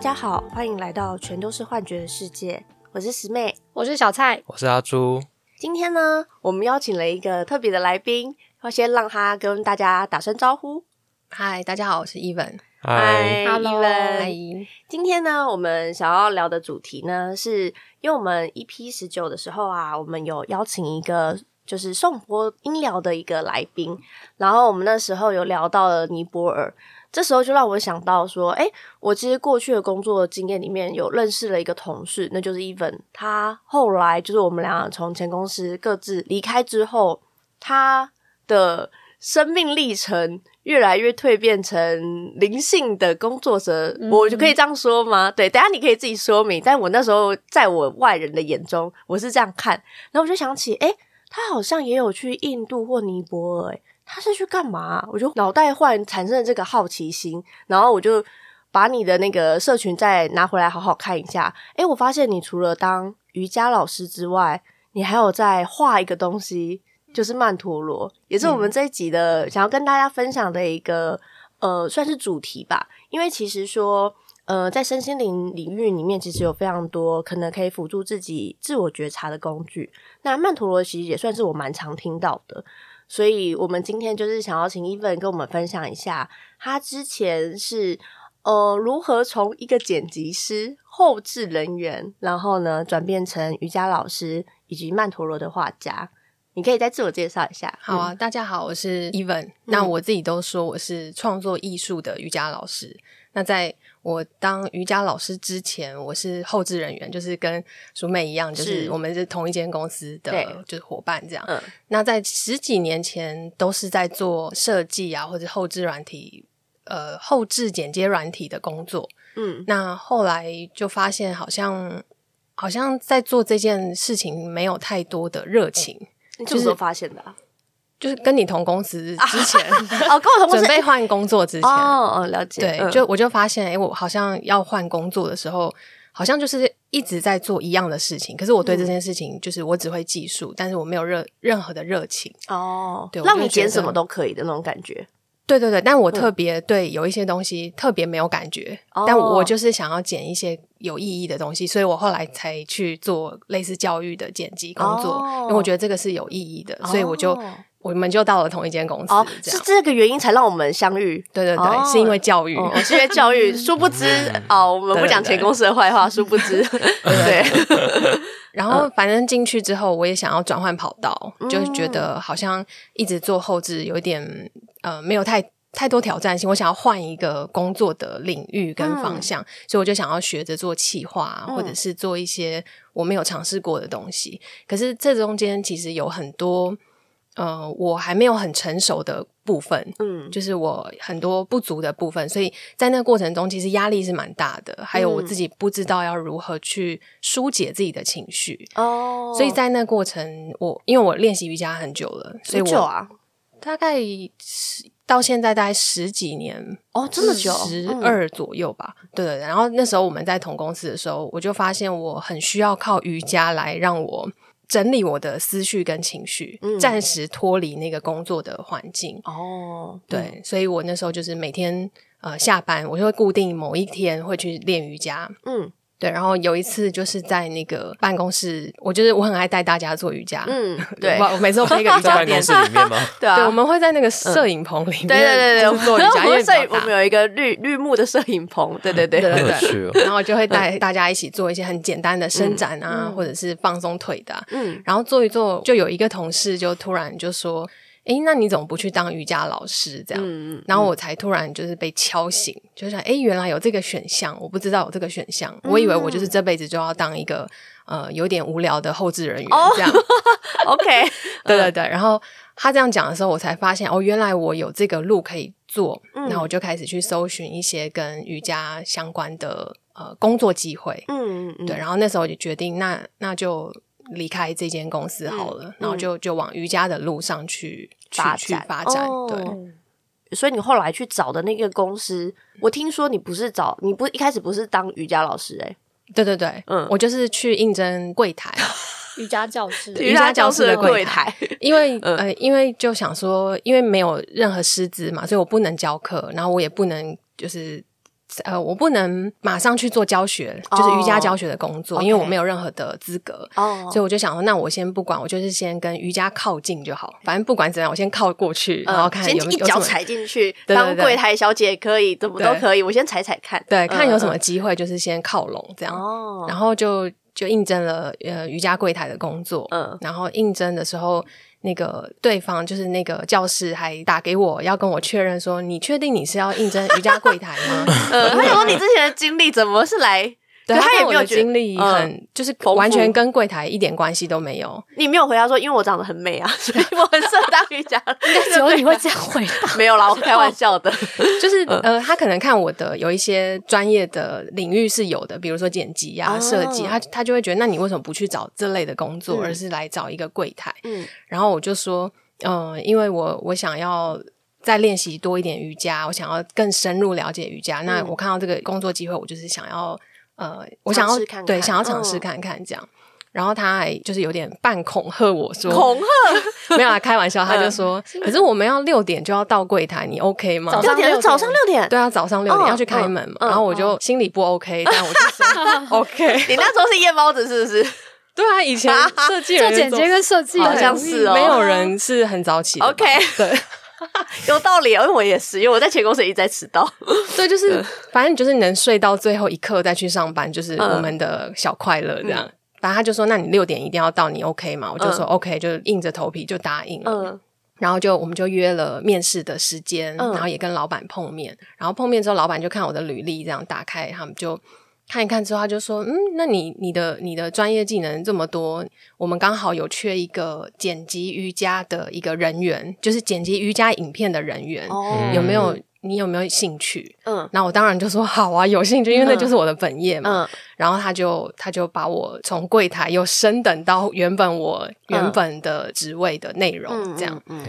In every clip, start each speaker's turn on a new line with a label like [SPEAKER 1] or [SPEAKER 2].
[SPEAKER 1] 家好，欢迎来到全都是幻觉的世界，我是师妹。
[SPEAKER 2] 我是小蔡，
[SPEAKER 3] 我是阿朱，
[SPEAKER 1] 今天呢，我们邀请了一个特别的来宾，要先让他跟大家打声招呼。
[SPEAKER 2] 嗨，大家好，我是 Even，
[SPEAKER 3] 嗨，
[SPEAKER 2] 嗨，
[SPEAKER 1] Even 今天呢，我们想要聊的主题呢，是因为我们 EP 十九的时候啊，我们有邀请一个就是颂钵音疗的一个来宾，然后我们那时候有聊到了尼泊尔，这时候就让我想到说，哎，我其实过去的工作经验里面有认识了一个同事，那就是 Even，他后来就是我们俩从前公司各自离开之后，他的生命历程越来越蜕变成灵性的工作者，
[SPEAKER 2] 嗯
[SPEAKER 1] 我就可以这样说吗？对，等一下你可以自己说明。但我那时候在我外人的眼中，我是这样看，然后我就想起，哎、他好像也有去印度或尼泊尔、诶他是去干嘛啊、我就脑袋忽然产生了这个好奇心，然后我就把你的那个社群再拿回来好好看一下。哎，我发现你除了当瑜伽老师之外，你还有在画一个东西，就是曼陀罗，也是我们这一集的、想要跟大家分享的一个呃，算是主题吧。因为其实说。呃，在身心灵领域里面，其实有非常多可能可以辅助自己自我觉察的工具。那曼陀罗其实也算是我蛮常听到的，所以我们今天就是想要请 Even 跟我们分享一下，他之前是呃如何从一个剪辑师、后置人员，然后呢转变成瑜伽老师以及曼陀罗的画家。你可以再自我介绍一下。
[SPEAKER 2] 好啊，大家好，我是 Even。那
[SPEAKER 1] 嗯
[SPEAKER 2] 我自己都说我是创作艺术的瑜伽老师。那在我当瑜伽老师之前，我是后置人员，就是跟淑妹一样，就是
[SPEAKER 1] 是
[SPEAKER 2] 我们是同一间公司
[SPEAKER 1] 对
[SPEAKER 2] 的，就是伙伴这样。
[SPEAKER 1] 嗯，嗯，
[SPEAKER 2] 那在十几年前，都是在做设计啊，或者后置软体，呃，后置剪接软体的工作。
[SPEAKER 1] 嗯，
[SPEAKER 2] 那后来就发现，好像好像在做这件事情没有太多的热
[SPEAKER 1] 嗯
[SPEAKER 2] 情，
[SPEAKER 1] 你什么时候发现的、啊？
[SPEAKER 2] 就是跟你同公司之前
[SPEAKER 1] 哦，跟我同
[SPEAKER 2] 准
[SPEAKER 1] 事
[SPEAKER 2] 备换工作之前，
[SPEAKER 1] 哦哦，了解。
[SPEAKER 2] 对，
[SPEAKER 1] 嗯
[SPEAKER 2] 就我就发现，哎、我好像要换工作的时候，好像就是一直在做一样的事情，可是我对
[SPEAKER 1] 嗯
[SPEAKER 2] 这件事情就是我只会技术，但是我没有任任何的热情。
[SPEAKER 1] 哦，
[SPEAKER 2] 对我
[SPEAKER 1] 让
[SPEAKER 2] 就
[SPEAKER 1] 你
[SPEAKER 2] 觉
[SPEAKER 1] 剪
[SPEAKER 2] 得
[SPEAKER 1] 什么都可以的那种感觉。
[SPEAKER 2] 对对对，但
[SPEAKER 1] 嗯
[SPEAKER 2] 我特别对有一些东西特别没有感觉，
[SPEAKER 1] 哦
[SPEAKER 2] 但我就是想要剪一些有意义的东西，所以我后来才去做类似教育的剪辑工作，
[SPEAKER 1] 哦
[SPEAKER 2] 因为我觉得这个是有意义的，所以我就
[SPEAKER 1] 哦
[SPEAKER 2] 我们就到了同一间公司，
[SPEAKER 1] 哦，
[SPEAKER 2] 这
[SPEAKER 1] 是
[SPEAKER 2] 样。
[SPEAKER 1] 这个原因才让我们相遇。
[SPEAKER 2] 对对对，
[SPEAKER 1] 哦
[SPEAKER 2] 是因为教育，
[SPEAKER 1] 哦，我是因为教育，殊不知哦，我们不讲前公司的坏话，殊不知，对，
[SPEAKER 2] 然后反正进去之后，我也想要转换跑道，
[SPEAKER 1] 嗯
[SPEAKER 2] 就是觉得好像一直做后置有一点呃没有太太多挑战性，我想要换一个工作的领域跟方向，所以我就想要学着做企划，啊
[SPEAKER 1] 嗯
[SPEAKER 2] 或者是做一些我没有尝试过的东西。可是这中间其实有很多呃我还没有很成熟的部分，
[SPEAKER 1] 嗯，
[SPEAKER 2] 就是我很多不足的部分，所以在那个过程中，其实压力是蛮大的，还有我
[SPEAKER 1] 嗯
[SPEAKER 2] 自己不知道要如何去疏解自己的情绪，
[SPEAKER 1] 哦，
[SPEAKER 2] 所以在那过程，我因为我练习瑜伽很久了，所以
[SPEAKER 1] 多久
[SPEAKER 2] 我
[SPEAKER 1] 啊，
[SPEAKER 2] 大概十到现在大概十几年，
[SPEAKER 1] 哦，这么久，
[SPEAKER 2] 十
[SPEAKER 1] 嗯，
[SPEAKER 2] 二左右吧，对对对。然后那时候我们在同公司的时候，我就发现我很需要靠瑜伽来让我。整理我的思绪跟情绪，
[SPEAKER 1] 嗯
[SPEAKER 2] 暂时脱离那个工作的环境，
[SPEAKER 1] 哦，
[SPEAKER 2] 对，所以我那时候就是每天呃下班，我就会固定某一天会去练瑜伽。
[SPEAKER 1] 嗯，
[SPEAKER 2] 对，然后有一次就是在那个办公室，我就是我很爱带大家做瑜伽。
[SPEAKER 1] 嗯，嗯，
[SPEAKER 2] 我
[SPEAKER 1] 对
[SPEAKER 2] 不，知道我每次都 背一个瑜伽
[SPEAKER 3] 在办公
[SPEAKER 2] 垫。
[SPEAKER 3] 室里 面吗？
[SPEAKER 1] 对啊，嗯
[SPEAKER 2] 对，我们会在那个摄影棚里面，
[SPEAKER 1] 对对对对，
[SPEAKER 2] 就是 做瑜伽，因
[SPEAKER 1] 我
[SPEAKER 2] 为
[SPEAKER 1] 们
[SPEAKER 2] 比较
[SPEAKER 1] 摄影，我
[SPEAKER 2] 大
[SPEAKER 1] 们有一个绿绿幕的摄影棚，对对对，
[SPEAKER 2] 对
[SPEAKER 3] 很有
[SPEAKER 2] 对对
[SPEAKER 3] 趣哦。
[SPEAKER 2] 然后就会带大家一起做一些很简单的伸展
[SPEAKER 1] 嗯
[SPEAKER 2] 啊，
[SPEAKER 1] 嗯
[SPEAKER 2] 或者是放松腿的啊、
[SPEAKER 1] 嗯，
[SPEAKER 2] 然后做一做，就有一个同事就突然就说：“诶，那你怎么不去当瑜伽老师？”这样，
[SPEAKER 1] 嗯嗯
[SPEAKER 2] 然后我才突然就是被敲醒，就想，诶，原来有这个选项，我不知道有这个选项，我以为我
[SPEAKER 1] 嗯
[SPEAKER 2] 就是这辈子就要当一个呃有点无聊的后置人员
[SPEAKER 1] 哦嗯
[SPEAKER 2] 这样，
[SPEAKER 1] ，OK，
[SPEAKER 2] 对对对。然后他这样讲的时候，我才发现哦，原来我有这个路可以做，
[SPEAKER 1] 嗯
[SPEAKER 2] 那我就开始去搜寻一些跟瑜伽相关的呃工作机会，
[SPEAKER 1] 嗯嗯嗯，
[SPEAKER 2] 对。然后那时候我就决定，那那就离开这间公司好了，
[SPEAKER 1] 嗯
[SPEAKER 2] 然后就就往瑜伽的路上去去
[SPEAKER 1] 发
[SPEAKER 2] 去
[SPEAKER 1] 展
[SPEAKER 2] 发展，对。
[SPEAKER 1] 哦所以你后来去找的那个公司，我听说你不是找你不一开始不是当瑜伽老师哎、
[SPEAKER 2] 对对对，
[SPEAKER 1] 嗯
[SPEAKER 2] 我就是去应征柜台，
[SPEAKER 4] 瑜伽教室，
[SPEAKER 2] 瑜伽教室的柜
[SPEAKER 1] 台，
[SPEAKER 2] 因为、
[SPEAKER 1] 嗯
[SPEAKER 2] 呃，因为就想说，因为没有任何师资嘛，所以我不能教课，然后我也不能就是呃，我不能马上去做教学，
[SPEAKER 1] 哦
[SPEAKER 2] 就是瑜伽教学的工作
[SPEAKER 1] OK
[SPEAKER 2] 因为我没有任何的资格。
[SPEAKER 1] 哦
[SPEAKER 2] 所以我 就想说，那我先不管，我就是先跟瑜伽靠近就好。反正不管怎样，我先靠过去，然后看
[SPEAKER 1] 呃嗯先
[SPEAKER 2] 有
[SPEAKER 1] 一
[SPEAKER 2] 有什
[SPEAKER 1] 脚
[SPEAKER 2] 么
[SPEAKER 1] 踩进去，
[SPEAKER 2] 对对
[SPEAKER 1] 当
[SPEAKER 2] 对
[SPEAKER 1] 柜台小姐可以，怎么都
[SPEAKER 2] 对
[SPEAKER 1] 可以，我先踩踩看，
[SPEAKER 2] 对，看有什
[SPEAKER 1] 嗯
[SPEAKER 2] 么机会，就是先靠拢
[SPEAKER 1] 嗯
[SPEAKER 2] 这样。
[SPEAKER 1] 哦，
[SPEAKER 2] 然后就就应征了呃瑜伽柜台的工作，
[SPEAKER 1] 嗯
[SPEAKER 2] 然后应征的时候，那个对方就是那个教师还打给我，要跟我确认说，你确定你是要应征瑜伽柜台吗？
[SPEAKER 1] 呃，他想说你之前的经历怎么是来？
[SPEAKER 2] 对
[SPEAKER 1] 可他
[SPEAKER 2] 跟
[SPEAKER 1] 也
[SPEAKER 2] 我
[SPEAKER 1] 没有
[SPEAKER 2] 的
[SPEAKER 1] 觉得
[SPEAKER 2] 经历
[SPEAKER 1] 嗯
[SPEAKER 2] 很、就是
[SPEAKER 1] 丰富
[SPEAKER 2] 完全跟柜台一点关系都没有，
[SPEAKER 1] 你没有回答说，因为我长得很 美啊，所以我很适合当瑜伽。
[SPEAKER 3] 只有 你会这样回答。
[SPEAKER 1] 没有啦，我开玩笑的。
[SPEAKER 2] 就是、
[SPEAKER 1] 嗯
[SPEAKER 2] 呃，他可能看我的有一些专业的领域是有的，比如说剪辑啊、
[SPEAKER 1] 哦
[SPEAKER 2] 设计，他他就会觉得，那你为什么不去找这类的工作，
[SPEAKER 1] 嗯
[SPEAKER 2] 而是来找一个柜台？
[SPEAKER 1] 嗯
[SPEAKER 2] 然后我就说，嗯、因为我我想要再练习多一点瑜伽，我想要更深入了解瑜伽。那
[SPEAKER 1] 嗯
[SPEAKER 2] 我看到这个工作机会，我就是想要呃，我想要
[SPEAKER 1] 尝试看看嗯
[SPEAKER 2] 对想要尝试看看这样。然后他还就是有点半恐吓 我说，
[SPEAKER 1] 恐吓，嗯
[SPEAKER 2] 没有啦，开玩笑，他就说，可是我们要六点就要到柜台，你 OK 吗？
[SPEAKER 3] 早
[SPEAKER 1] 六
[SPEAKER 3] 上
[SPEAKER 1] 点
[SPEAKER 3] 六
[SPEAKER 1] 早上六点，
[SPEAKER 2] 对啊，早上六点
[SPEAKER 1] 嗯
[SPEAKER 2] 要去开门嘛，
[SPEAKER 1] 嗯嗯
[SPEAKER 2] 然后我就心里不 OK，、但我 就说 OK。
[SPEAKER 1] 你那时候是夜猫子是不 是
[SPEAKER 2] 对啊，以前设计
[SPEAKER 3] 做
[SPEAKER 2] 人
[SPEAKER 3] 剪接跟设计
[SPEAKER 1] 好
[SPEAKER 3] 很
[SPEAKER 1] 像
[SPEAKER 3] 容易
[SPEAKER 1] 是哦
[SPEAKER 2] 没有人是很早起的吧
[SPEAKER 1] ？OK，
[SPEAKER 2] 对，
[SPEAKER 1] 有道理哦，因为我也是，因为我在前公司一直在迟到。
[SPEAKER 2] 对，就是反正你就是能睡到最后一刻再去上班，就是
[SPEAKER 1] 嗯
[SPEAKER 2] 我们的小快乐这样。反正他就说，那你六点一定要到，你 OK 吗？我就说 OK，就硬着头皮就答应了。
[SPEAKER 1] 嗯
[SPEAKER 2] 然后就我们就约了面试的时间，
[SPEAKER 1] 嗯
[SPEAKER 2] 然后也跟老板碰面。然后碰面之后，老板就看我的履历，这样打开，他们就嗯看一看之后，他就说：“嗯，那你你的你的专业技能这么多，我们刚好有缺一个剪辑瑜伽的一个人员，就是剪辑瑜伽影片的人员，
[SPEAKER 1] 哦
[SPEAKER 2] 嗯有没有？”你有没有兴趣？
[SPEAKER 1] 嗯
[SPEAKER 2] 那我当然就说好啊，有兴趣，因为那就是我的本业嘛。
[SPEAKER 1] 嗯
[SPEAKER 2] 然后他就他就把我从柜台又升等到原本我原本的职位的内容，
[SPEAKER 1] 嗯，
[SPEAKER 2] 这样。
[SPEAKER 1] 嗯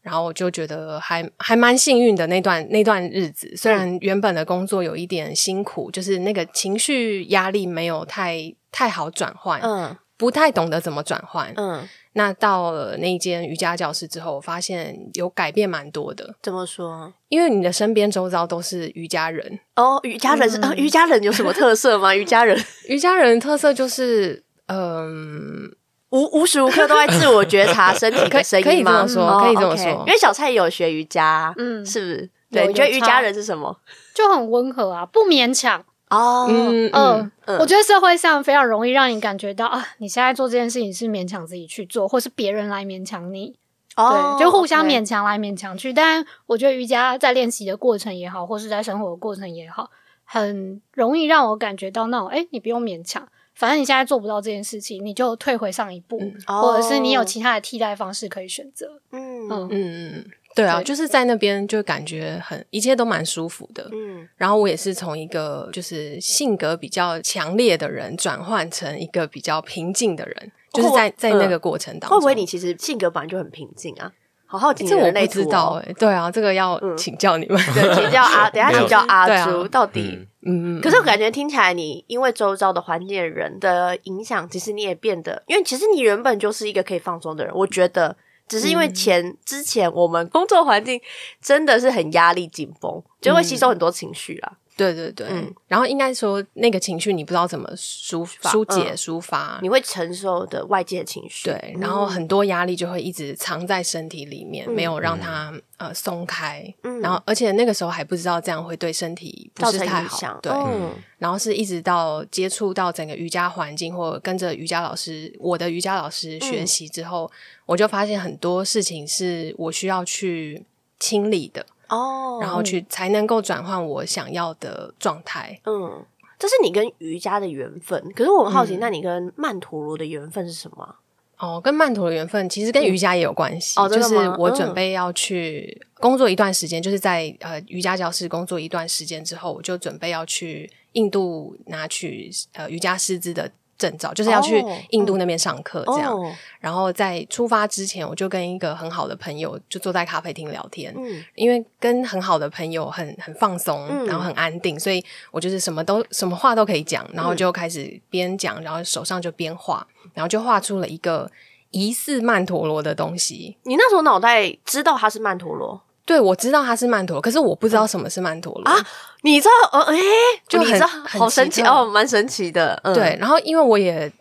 [SPEAKER 2] 然后我就觉得还还蛮幸运的那段那段日子，
[SPEAKER 1] 嗯
[SPEAKER 2] 虽然原本的工作有一点辛苦，就是那个情绪压力没有太太好转换，
[SPEAKER 1] 嗯
[SPEAKER 2] 不太懂得怎么转换。
[SPEAKER 1] 嗯，
[SPEAKER 2] 那到了那一间瑜伽教室之后，我发现有改变蛮多的，
[SPEAKER 1] 怎么说？
[SPEAKER 2] 因为你的身边周遭都是瑜伽人，
[SPEAKER 1] 哦，瑜伽人是
[SPEAKER 3] 嗯
[SPEAKER 1] 呃瑜伽人有什么特色 吗？瑜伽人
[SPEAKER 2] 瑜伽人的特色就是嗯、
[SPEAKER 1] 无无时无刻都在自我觉察身体的声
[SPEAKER 2] 可以
[SPEAKER 1] 音
[SPEAKER 2] 这么
[SPEAKER 1] 吗？
[SPEAKER 2] 说
[SPEAKER 1] 哦
[SPEAKER 2] 可以这么
[SPEAKER 1] OK
[SPEAKER 2] 说
[SPEAKER 1] 因为小蔡也有学瑜伽，
[SPEAKER 3] 嗯
[SPEAKER 1] 是不是？
[SPEAKER 3] 有
[SPEAKER 1] 对，你觉得
[SPEAKER 3] 有
[SPEAKER 1] 瑜
[SPEAKER 3] 差
[SPEAKER 1] 伽人是什么？
[SPEAKER 3] 就很温和啊，不勉强。
[SPEAKER 1] 哦，
[SPEAKER 2] 嗯
[SPEAKER 3] 嗯，
[SPEAKER 1] 嗯
[SPEAKER 3] 我觉得社会上非常容易让你感觉到啊，你现在做这件事情是勉强自己去做，或是别人来勉强你，
[SPEAKER 1] 哦
[SPEAKER 3] 对，就互相
[SPEAKER 1] OK
[SPEAKER 3] 勉强来勉强去。但我觉得瑜伽在练习的过程也好，或是在生活的过程也好，很容易让我感觉到那种，哎、你不用勉强，反正你现在做不到这件事情，你就退回上一步，或者是你有其他的替代方式可以选择。
[SPEAKER 1] 哦嗯
[SPEAKER 3] 嗯
[SPEAKER 2] 嗯嗯，对啊，
[SPEAKER 3] 对
[SPEAKER 2] 就是在那边就感觉很一切都蛮舒服的，
[SPEAKER 1] 嗯
[SPEAKER 2] 然后我也是从一个就是性格比较强烈的人转换成一个比较平静的人，就是在
[SPEAKER 1] 会
[SPEAKER 2] 在那个过程当中，
[SPEAKER 1] 哦嗯会不会你其实性格本来就很平静啊？好好奇你
[SPEAKER 2] 这
[SPEAKER 1] 的
[SPEAKER 2] 我
[SPEAKER 1] 内
[SPEAKER 2] 不
[SPEAKER 1] 图哦
[SPEAKER 2] 知道哎、对啊，这个要
[SPEAKER 1] 嗯
[SPEAKER 2] 请教你们。
[SPEAKER 1] 对，请教阿，等一下
[SPEAKER 4] 没有
[SPEAKER 1] 请教
[SPEAKER 2] 对
[SPEAKER 1] 阿
[SPEAKER 2] 啊
[SPEAKER 1] 朱到底
[SPEAKER 4] 嗯。，
[SPEAKER 2] 嗯，
[SPEAKER 1] 可是我感觉听起来，你因为周遭的环境、人的影响，其实你也变得，因为其实你原本就是一个可以放松的人。我觉得，只是因
[SPEAKER 2] 嗯
[SPEAKER 1] 为前、之前我们工作环境真的是很压力紧绷，就会吸
[SPEAKER 2] 嗯
[SPEAKER 1] 收很多情绪啦。
[SPEAKER 2] 对对对，
[SPEAKER 1] 嗯
[SPEAKER 2] 然后应该说那个情绪你不知道怎么抒
[SPEAKER 1] 发
[SPEAKER 2] 疏解、
[SPEAKER 1] 嗯
[SPEAKER 2] 抒发，
[SPEAKER 1] 你会承受的外界情绪，
[SPEAKER 2] 对，
[SPEAKER 1] 嗯
[SPEAKER 2] 然后很多压力就会一直藏在身体里面，
[SPEAKER 1] 嗯
[SPEAKER 2] 没有让它、呃松开。
[SPEAKER 1] 嗯
[SPEAKER 2] 然后，而且那个时候还不知道这样会对身体不
[SPEAKER 1] 造
[SPEAKER 2] 是
[SPEAKER 1] 成
[SPEAKER 2] 太
[SPEAKER 1] 影
[SPEAKER 2] 好
[SPEAKER 1] 响，，
[SPEAKER 2] 对。
[SPEAKER 1] 嗯
[SPEAKER 2] 然后是一直到接触到整个瑜伽环境，或跟着瑜伽老师，我的瑜伽老师
[SPEAKER 1] 嗯
[SPEAKER 2] 学习之后，我就发现很多事情是我需要去清理的，
[SPEAKER 1] 哦，
[SPEAKER 2] 然后去才能够转换我想要的状态。
[SPEAKER 1] 嗯，这是你跟瑜伽的缘分。可是我很好奇，
[SPEAKER 2] 嗯
[SPEAKER 1] 那你跟曼陀罗的缘分是什么啊？
[SPEAKER 2] 哦，跟曼陀的缘分其实跟瑜伽也有关系，
[SPEAKER 1] 哦真的
[SPEAKER 2] 就是
[SPEAKER 1] 吗
[SPEAKER 2] 我
[SPEAKER 1] 嗯
[SPEAKER 2] 准备要去工作一段时间，就是在呃瑜伽教室工作一段时间之后，我就准备要去印度拿取呃瑜伽师资的证照，就是要去
[SPEAKER 1] 哦
[SPEAKER 2] 印度那边上课这样。
[SPEAKER 1] 哦，
[SPEAKER 2] 然后在出发之前，我就跟一个很好的朋友就坐在咖啡厅聊天，
[SPEAKER 1] 嗯
[SPEAKER 2] 因为跟很好的朋友很很放松，
[SPEAKER 1] 嗯
[SPEAKER 2] 然后很安定，所以我就是什么都什么话都可以讲，
[SPEAKER 1] 嗯
[SPEAKER 2] 然后就开始边讲，然后手上就边画，然后就画出了一个疑似曼陀罗的东西。
[SPEAKER 1] 你那时候脑袋知道它是曼陀罗，
[SPEAKER 2] 对我知道它是曼陀罗，可是我不知道什么是曼陀罗
[SPEAKER 1] 啊你知道，呃，哎、
[SPEAKER 2] 就
[SPEAKER 1] 你
[SPEAKER 2] 很
[SPEAKER 1] 知道，
[SPEAKER 2] 很
[SPEAKER 1] 好神奇
[SPEAKER 2] 奇特
[SPEAKER 1] 哦，蛮神奇的。嗯、
[SPEAKER 2] 对，，然后因为我也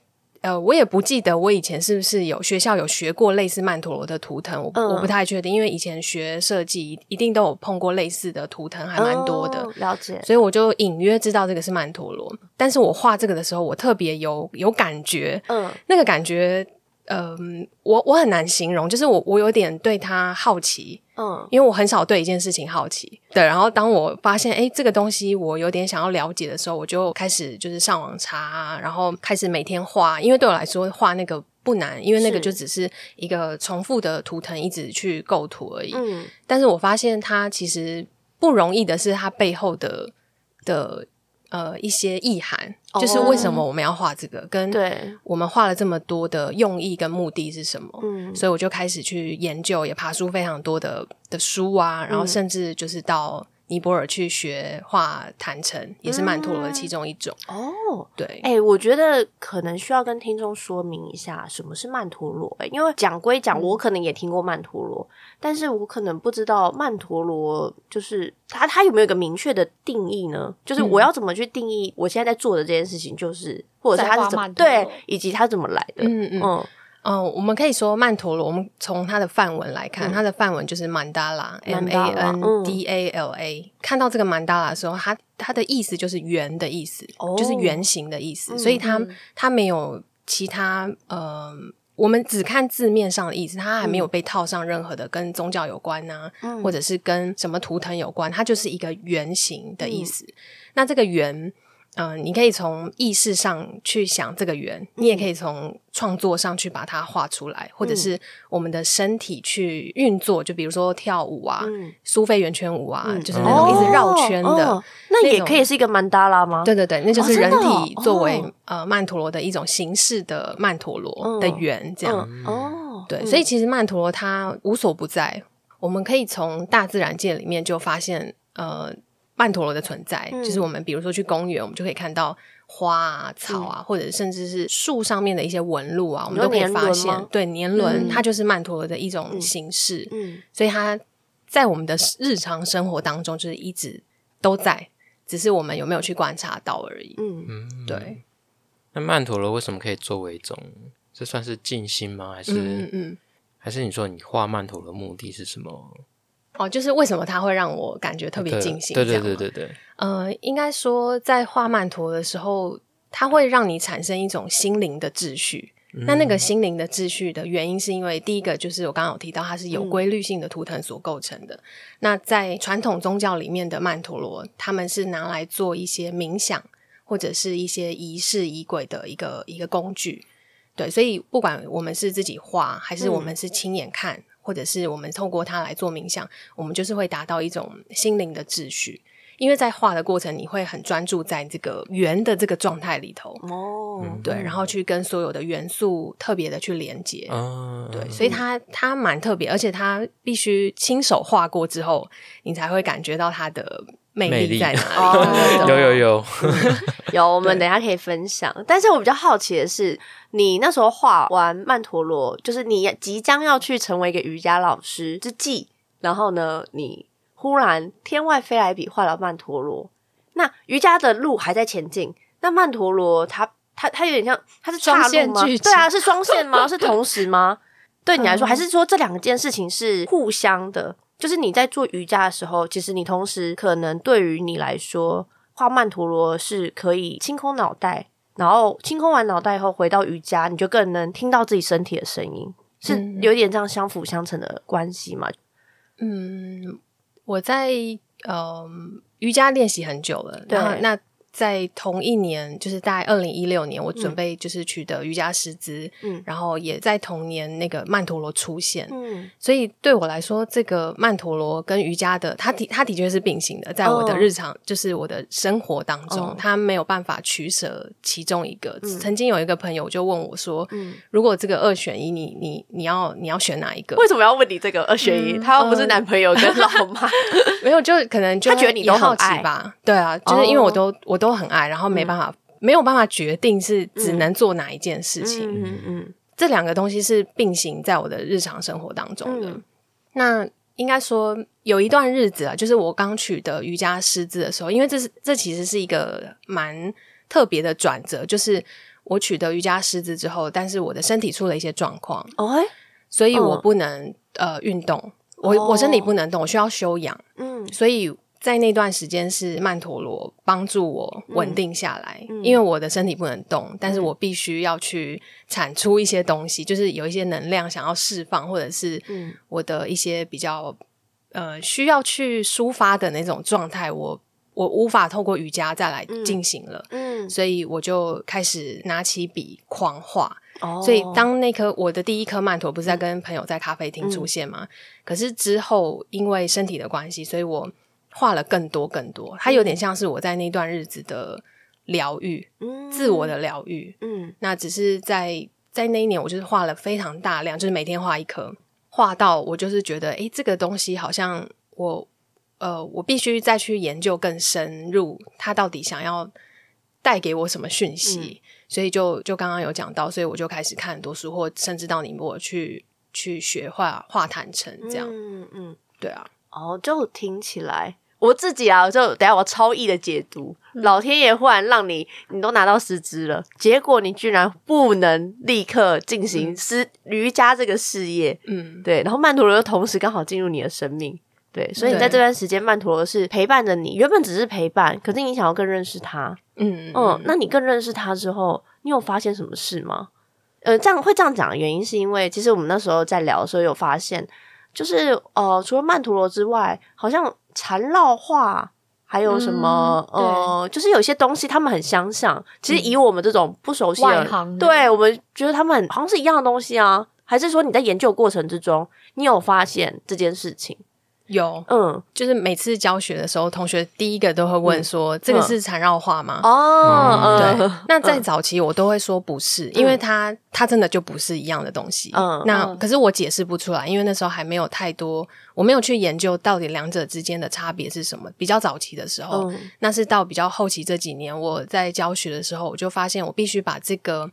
[SPEAKER 2] 呃，我也不记得我以前是不是有学校有学过类似曼陀罗的图腾，我、我
[SPEAKER 1] 嗯
[SPEAKER 2] 不太确定，因为以前学设计一定都有碰过类似的图腾，还蛮多的。
[SPEAKER 1] 哦了解。
[SPEAKER 2] 所以我就隐约知道这个是曼陀罗，但是我画这个的时候，我特别有有感觉，
[SPEAKER 1] 嗯
[SPEAKER 2] 那个感觉，嗯、我我很难形容，就是我我有点对它好奇，
[SPEAKER 1] 嗯
[SPEAKER 2] 因为我很少对一件事情好奇。对，然后当我发现诶这个东西我有点想要了解的时候，我就开始就是上网查啊，然后开始每天画，因为对我来说画那个。不难，因为那个
[SPEAKER 1] 是
[SPEAKER 2] 就只是一个重复的图腾，一直去构图而已。
[SPEAKER 1] 嗯，
[SPEAKER 2] 但是我发现它其实不容易的是它背后的的呃一些意涵，就是
[SPEAKER 1] 哦
[SPEAKER 2] 为什么我们要画这个，跟
[SPEAKER 1] 对，
[SPEAKER 2] 我们画了这么多的用意跟目的是什么。
[SPEAKER 1] 嗯
[SPEAKER 2] 所以我就开始去研究，也爬出非常多的的书啊，
[SPEAKER 1] 嗯
[SPEAKER 2] 然后甚至就是到尼泊尔去学画坛城，也是曼陀罗的其中一种。
[SPEAKER 1] 哦，
[SPEAKER 2] 对，
[SPEAKER 1] 哎、我觉得可能需要跟听众说明一下什么是曼陀罗、哎因为讲归讲，我可能也听过曼陀罗，但是我可能不知道曼陀罗就是它，它有没有一个明确的定义呢？就是我要怎么去定义我现在在做的这件事情，就是或者是它是
[SPEAKER 3] 在
[SPEAKER 1] 怎么
[SPEAKER 3] 画曼陀罗
[SPEAKER 1] 对，以及它怎么来的？
[SPEAKER 2] 嗯嗯嗯、
[SPEAKER 1] 嗯，
[SPEAKER 2] 呃我们可以说曼陀罗，我们从它的范文来看，
[SPEAKER 1] 嗯
[SPEAKER 2] 它的范文就是曼达拉 （M A
[SPEAKER 1] Mandala，嗯
[SPEAKER 2] N D A L A）。看到这个曼达拉的时候，它它的意思就是圆的意思，
[SPEAKER 1] 哦
[SPEAKER 2] 就是圆形的意思，
[SPEAKER 1] 嗯
[SPEAKER 2] 所以它
[SPEAKER 3] 嗯
[SPEAKER 2] 它没有其他呃。我们只看字面上的意思，它还没有被套上任何的跟宗教有关啊呐、
[SPEAKER 1] 嗯
[SPEAKER 2] 或者是跟什么图腾有关，它就是一个圆形的
[SPEAKER 1] 嗯
[SPEAKER 2] 意思。那这个圆，嗯、你可以从意识上去想这个圆，你
[SPEAKER 1] 嗯
[SPEAKER 2] 也可以从创作上去把它画出来，或者是我们的身体去运作，就比如说跳舞啊，
[SPEAKER 1] 嗯
[SPEAKER 2] 苏菲圆圈舞啊，
[SPEAKER 1] 嗯
[SPEAKER 2] 就是那种一直绕圈的。
[SPEAKER 1] 哦哦那
[SPEAKER 2] 那
[SPEAKER 1] 也
[SPEAKER 2] 种
[SPEAKER 1] 可以是一个曼达拉吗？
[SPEAKER 2] 对对对，那就
[SPEAKER 1] 哦
[SPEAKER 2] 是
[SPEAKER 1] 真
[SPEAKER 2] 人
[SPEAKER 1] 的哦
[SPEAKER 2] 体作为、
[SPEAKER 1] 哦
[SPEAKER 2] 呃曼陀罗的一种形式的曼陀罗的
[SPEAKER 1] 嗯
[SPEAKER 2] 圆这样。
[SPEAKER 1] 嗯，哦，
[SPEAKER 2] 对，
[SPEAKER 1] 嗯
[SPEAKER 2] 所以其实曼陀罗它无所不在，我们可以从大自然界里面就发现，呃，曼陀罗的存在，
[SPEAKER 1] 嗯
[SPEAKER 2] 就是我们比如说去公园，我们就可以看到花啊、草啊，或者甚至是树上面的一些纹路啊，我
[SPEAKER 1] 嗯
[SPEAKER 2] 们
[SPEAKER 1] 你说
[SPEAKER 2] 都可以
[SPEAKER 1] 年
[SPEAKER 2] 发
[SPEAKER 1] 轮
[SPEAKER 2] 现
[SPEAKER 1] 吗，
[SPEAKER 2] 对，年轮、
[SPEAKER 3] 嗯
[SPEAKER 2] 它就是曼陀罗的一种形式，
[SPEAKER 1] 嗯
[SPEAKER 2] 所以它在我们的日常生活当中就是一直都在，只是我们有没有去观察到而已。
[SPEAKER 1] 嗯，
[SPEAKER 4] 嗯，
[SPEAKER 2] 对，
[SPEAKER 4] 那曼陀罗为什么可以作为一种？这算是静心吗？还是、
[SPEAKER 2] 嗯嗯嗯，
[SPEAKER 4] 还是你说你画曼陀罗的目的是什么？
[SPEAKER 2] 哦，就是为什么它会让我感觉特别
[SPEAKER 4] 对
[SPEAKER 2] 惊心？
[SPEAKER 4] 对
[SPEAKER 2] 这
[SPEAKER 4] 对
[SPEAKER 2] 样吗
[SPEAKER 4] 对对对，
[SPEAKER 2] 呃，应该说在画曼陀的时候，它会让你产生一种心灵的秩序。
[SPEAKER 4] 嗯
[SPEAKER 2] 那那个心灵的秩序的原因，是因为第一个就是我刚刚有提到，它是有规律性的图腾所构成的。那在传统宗教里面的曼陀罗，他们是拿来做一些冥想或者是一些仪式仪轨的一个一个工具。对，所以不管我们是自己画，还是我们是亲眼看，或者是我们透过它来做冥想，我们就是会达到一种心灵的秩序。因为在画的过程，你会很专注在这个圆的这个状态里头，
[SPEAKER 1] 哦，
[SPEAKER 4] 嗯
[SPEAKER 2] 对，然后去跟所有的元素特别的去连接，
[SPEAKER 4] 啊，
[SPEAKER 2] 对，所以它它蛮特别，而且它必须亲手画过之后，你才会感觉到它的魅
[SPEAKER 4] 魅
[SPEAKER 2] 力
[SPEAKER 4] 力
[SPEAKER 2] 在哪
[SPEAKER 1] 哦
[SPEAKER 2] 里。对对对
[SPEAKER 4] 有有有，
[SPEAKER 1] 有，我们等一下可以分享。但是我比较好奇的是，你那时候画完曼陀罗，就是你即将要去成为一个瑜伽老师之际，然后呢，你忽然天外飞来一笔画了曼陀罗。那瑜伽的路还在前进，那曼陀罗它它它有点像它是岔
[SPEAKER 3] 双线
[SPEAKER 1] 路吗
[SPEAKER 3] 剧？
[SPEAKER 1] 对啊，
[SPEAKER 3] 情
[SPEAKER 1] 是双线吗？是同时吗？对你来说，
[SPEAKER 3] 嗯
[SPEAKER 1] 还是说这两件事情是互相的？就是你在做瑜伽的时候，其实你同时可能对于你来说，画曼陀罗是可以清空脑袋，然后清空完脑袋以后回到瑜伽，你就更能听到自己身体的声音，是
[SPEAKER 2] 嗯
[SPEAKER 1] 有点这样相辅相成的关系嘛？
[SPEAKER 2] 嗯，我在呃瑜伽练习很久了，
[SPEAKER 1] 对
[SPEAKER 2] 然后那在同一年，就是在二零一六年，我准备就是取得瑜伽师资，
[SPEAKER 1] 嗯
[SPEAKER 2] 然后也在同年那个曼陀罗出现，
[SPEAKER 1] 嗯，
[SPEAKER 2] 所以对我来说，这个曼陀罗跟瑜伽的，它的它的确是并行的，在我的
[SPEAKER 1] 哦
[SPEAKER 2] 日常、就是我的生活当中，
[SPEAKER 1] 哦
[SPEAKER 2] 它没有办法取舍其中一个。
[SPEAKER 1] 嗯
[SPEAKER 2] 曾经有一个朋友就问我说：“
[SPEAKER 1] 嗯
[SPEAKER 2] 如果这个二选一，你你你要你要选哪一个
[SPEAKER 1] 为什么要问你这个二选一？
[SPEAKER 2] 嗯
[SPEAKER 1] 他又不是男朋友跟老妈，？”
[SPEAKER 2] 没有，就可能就
[SPEAKER 1] 他觉得你都
[SPEAKER 2] 也好
[SPEAKER 1] 很
[SPEAKER 2] 奇
[SPEAKER 1] 爱
[SPEAKER 2] 吧？对啊，就是因为
[SPEAKER 1] 哦嗯
[SPEAKER 2] 我都、我都很爱，然后没办法、没有办法决定是只能做哪一件事情。
[SPEAKER 1] 嗯嗯
[SPEAKER 2] 这两个东西是并行在我的日常生活当中的。
[SPEAKER 1] 嗯
[SPEAKER 2] 那应该说有一段日子啊，就是我刚取得瑜伽师资的时候，因为这是这其实是一个蛮特别的转折，就是我取得瑜伽师资之后，但是我的身体出了一些状况，
[SPEAKER 1] 哦，哎
[SPEAKER 2] 所以我
[SPEAKER 1] 嗯
[SPEAKER 2] 不能、呃运动，我、
[SPEAKER 1] 哦
[SPEAKER 2] 我身体不能动，我需要休养，
[SPEAKER 1] 嗯
[SPEAKER 2] 所以在那段时间是曼陀罗帮助我稳定下来，
[SPEAKER 1] 嗯嗯嗯
[SPEAKER 2] 因为我的身体不能动，但是我必须要去产出一些东西，就是有一些能量想要释放，或者是
[SPEAKER 1] 嗯
[SPEAKER 2] 我的一些比较呃需要去抒发的那种状态，我我无法透过瑜伽再来
[SPEAKER 1] 嗯
[SPEAKER 2] 进行了。
[SPEAKER 1] 嗯，
[SPEAKER 2] 所以我就开始拿起笔狂画，
[SPEAKER 1] 哦嗯
[SPEAKER 2] 所以当那颗我的第一颗曼陀不是在跟朋友在咖啡厅出现吗？可是之后因为身体的关系，所以我画了更多更多。它有点像是我在那段日子的疗愈，
[SPEAKER 1] 嗯
[SPEAKER 2] 自我的疗愈。
[SPEAKER 1] 嗯
[SPEAKER 2] 那只是在在那一年，我就是画了非常大量，就是每天画一颗，画到我就是觉得，诶，这个东西好像我呃，我必须再去研究更深入，它到底想要带给我什么讯
[SPEAKER 1] 嗯
[SPEAKER 2] 息。所以就就刚刚有讲到，所以我就开始看很多书，或甚至到尼泊尔去去学画画坛城这样。
[SPEAKER 1] 嗯嗯，
[SPEAKER 2] 对啊，
[SPEAKER 1] 哦，就听起来。我自己啊，就等一下我超意的解读，老天爷忽然让你，你都拿到师资了，结果你居然不能立刻进行师瑜伽这个事业，
[SPEAKER 2] 嗯，
[SPEAKER 1] 对，然后曼陀罗又同时刚好进入你的生命，对，所以你在
[SPEAKER 2] 对
[SPEAKER 1] 这段时间，曼陀罗是陪伴着你，原本只是陪伴，可是你想要更认识他，
[SPEAKER 2] 嗯
[SPEAKER 1] 嗯，那你更认识他之后，你有发现什么事吗？呃，这样会这样讲的原因，是因为其实我们那时候在聊的时候有发现，就是呃，除了曼陀罗之外，好像缠绕画还有什么、
[SPEAKER 3] 嗯
[SPEAKER 1] 呃，就是有些东西他们很相像。其实以我们这种不熟悉的人，
[SPEAKER 3] 外行人
[SPEAKER 1] 对我们觉得他们好像是一样的东西啊。还是说你在研究过程之中，你有发现这件事情？
[SPEAKER 2] 有
[SPEAKER 1] 嗯，
[SPEAKER 2] 就是每次教学的时候，同学第一个都会问说：“
[SPEAKER 1] 嗯
[SPEAKER 2] 这个是缠绕画吗？”
[SPEAKER 1] 哦，
[SPEAKER 4] 嗯
[SPEAKER 1] 嗯
[SPEAKER 2] 对，那在早期我都会说不是，因为它它真的就不是一样的东西。
[SPEAKER 1] 嗯
[SPEAKER 2] 那
[SPEAKER 3] 嗯
[SPEAKER 2] 可是我解释不出来，因为那时候还没有太多，我没有去研究到底两者之间的差别是什么。比较早期的时候，
[SPEAKER 1] 嗯
[SPEAKER 2] 那是到比较后期这几年我在教学的时候，我就发现我必须把这个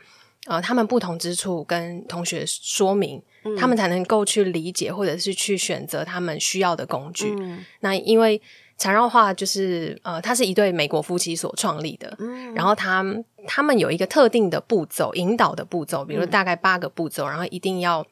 [SPEAKER 2] 呃他们不同之处跟同学说明，
[SPEAKER 1] 嗯
[SPEAKER 2] 他们才能够去理解或者是去选择他们需要的工具。
[SPEAKER 1] 嗯
[SPEAKER 2] 那因为缠绕画就是呃，它是一对美国夫妻所创立的，
[SPEAKER 1] 嗯
[SPEAKER 2] 然后他他们有一个特定的步骤，引导的步骤，比
[SPEAKER 1] 嗯
[SPEAKER 2] 如大概八个步骤，然后一定要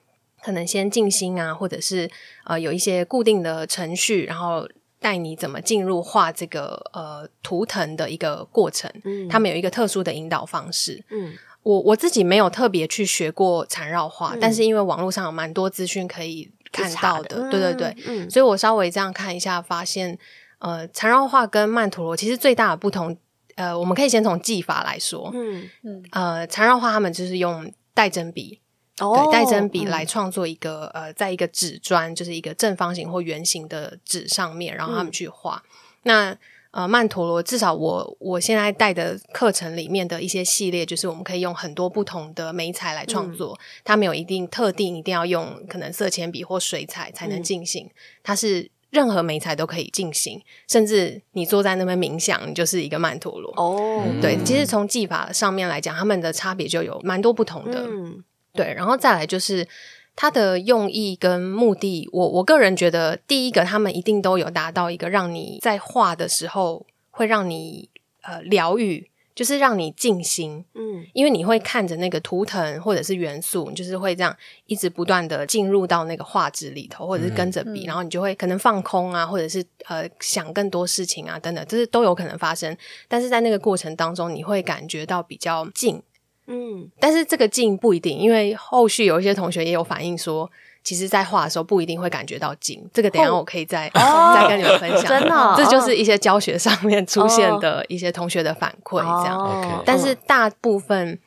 [SPEAKER 2] 可能先静心啊，或者是呃有一些固定的程序，然后带你怎么进入画这个呃图腾的一个过程。
[SPEAKER 1] 嗯
[SPEAKER 2] 他们有一个特殊的引导方式。
[SPEAKER 1] 嗯
[SPEAKER 2] 我我自己没有特别去学过缠绕画，
[SPEAKER 1] 嗯
[SPEAKER 2] 但是因为网络上有蛮多资讯可以看到的，对对对，，
[SPEAKER 1] 嗯
[SPEAKER 2] 所以我稍微这样看一下，发现呃，缠绕画跟曼陀罗其实最大的不同，呃，我们可以先从技法来说，
[SPEAKER 1] 嗯，
[SPEAKER 3] 嗯，
[SPEAKER 2] 呃，缠绕画他们就是用带针笔，
[SPEAKER 1] 哦嗯
[SPEAKER 2] 对，带针笔来创作一个、呃，在一个纸砖，就是一个正方形或圆形的纸上面，然后
[SPEAKER 1] 嗯
[SPEAKER 2] 他们去画。那呃，曼陀罗至少我我现在带的课程里面的一些系列，就是我们可以用很多不同的媒材来
[SPEAKER 1] 嗯
[SPEAKER 2] 创作，它没有一定特定一定要用可能色铅笔或水彩才能
[SPEAKER 1] 嗯
[SPEAKER 2] 进行，它是任何媒材都可以进行，甚至你坐在那边冥想，你就是一个曼陀罗。
[SPEAKER 1] 哦，
[SPEAKER 2] 对，
[SPEAKER 4] 嗯
[SPEAKER 2] 其实从技法上面来讲，他们的差别就有蛮多不同的。
[SPEAKER 1] 嗯
[SPEAKER 2] 对，然后再来就是它的用意跟目的，我我个人觉得，第一个他们一定都有达到一个让你在画的时候会让你呃疗愈，就是让你静心，
[SPEAKER 1] 嗯
[SPEAKER 2] 因为你会看着那个图腾或者是元素，你就是会这样一直不断的进入到那个画质里头，或者是跟着笔，
[SPEAKER 3] 嗯
[SPEAKER 2] 然后你就会可能放空啊，或者是呃想更多事情啊等等，这是都有可能发生。但是在那个过程当中，你会感觉到比较静。
[SPEAKER 1] 嗯
[SPEAKER 2] 但是这个静不一定，因为后续有一些同学也有反映说，其实，在画的时候不一定会感觉到静。这个等一下
[SPEAKER 1] 哦
[SPEAKER 2] 我可以再、
[SPEAKER 1] 哦
[SPEAKER 2] 再跟你们分享。
[SPEAKER 1] 真的哦
[SPEAKER 2] 这就是一些教学上面出现的一些同学的反馈，这样。
[SPEAKER 1] 哦
[SPEAKER 2] 但是大部分，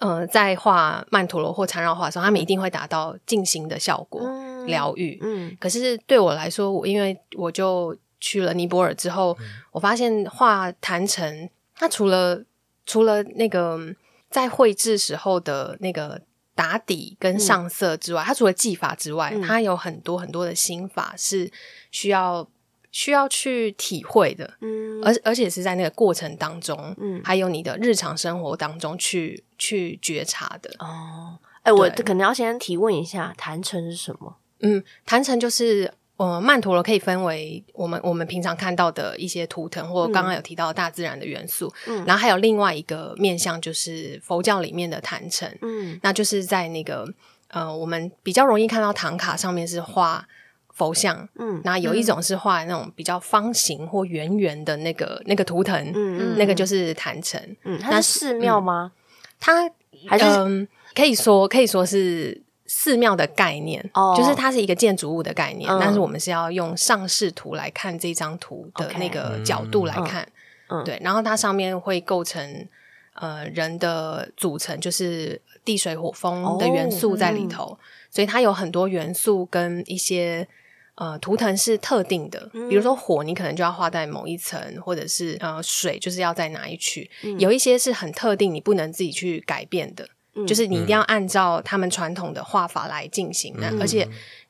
[SPEAKER 2] 呃，在画曼陀罗或缠绕画的时候，他们一定会达到静心的效果，
[SPEAKER 1] 嗯
[SPEAKER 2] 疗愈。
[SPEAKER 1] 嗯
[SPEAKER 2] 可是对我来说，我因为我就去了尼泊尔之后，我发现画坛城，它除了除了那个嗯在绘制时候的那个打底跟上色之外，它除了技法之外，
[SPEAKER 1] 嗯
[SPEAKER 2] 它有很多很多的心法是需要需要去体会的，
[SPEAKER 1] 嗯
[SPEAKER 2] 而而且是在那个过程当中，
[SPEAKER 1] 嗯
[SPEAKER 2] 还有你的日常生活当中去去觉察的。
[SPEAKER 1] 哦，哎，我
[SPEAKER 2] 对
[SPEAKER 1] 可能要先提问一下，坛城是什么？
[SPEAKER 2] 嗯，坛城就是呃，曼陀罗可以分为我们我们平常看到的一些图腾，或刚刚有提到大自然的元素，
[SPEAKER 1] 嗯
[SPEAKER 2] 然后还有另外一个面向就是佛教里面的坛城，
[SPEAKER 1] 嗯
[SPEAKER 2] 那就是在那个呃，我们比较容易看到唐卡上面是画佛像，
[SPEAKER 1] 嗯
[SPEAKER 2] 那有一种是画那种比较方形或圆圆的那个那个图腾，
[SPEAKER 1] 嗯
[SPEAKER 2] 那个就是坛城，
[SPEAKER 1] 嗯，它是呃寺庙吗？
[SPEAKER 2] 它
[SPEAKER 1] 还是
[SPEAKER 2] 嗯、可以说可以说是寺庙的概念，
[SPEAKER 1] 哦
[SPEAKER 2] 就是它是一个建筑物的概念，
[SPEAKER 1] 嗯
[SPEAKER 2] 但是我们是要用上视图来看这张图的
[SPEAKER 1] OK
[SPEAKER 2] 那个角度来看，
[SPEAKER 1] 嗯嗯
[SPEAKER 2] 对，然后它上面会构成呃人的组成，就是地水火风的元
[SPEAKER 1] 哦
[SPEAKER 2] 素在里头，所以它有很多元素跟一些。呃，图腾是特定的，比
[SPEAKER 1] 嗯
[SPEAKER 2] 如说火，你可能就要画在某一层，或者是呃水，就是要在哪一区。有一些是很特定，你不能自己去改变的，
[SPEAKER 1] 嗯
[SPEAKER 2] 就是你一定要按照他们传统的画法来进行的，而且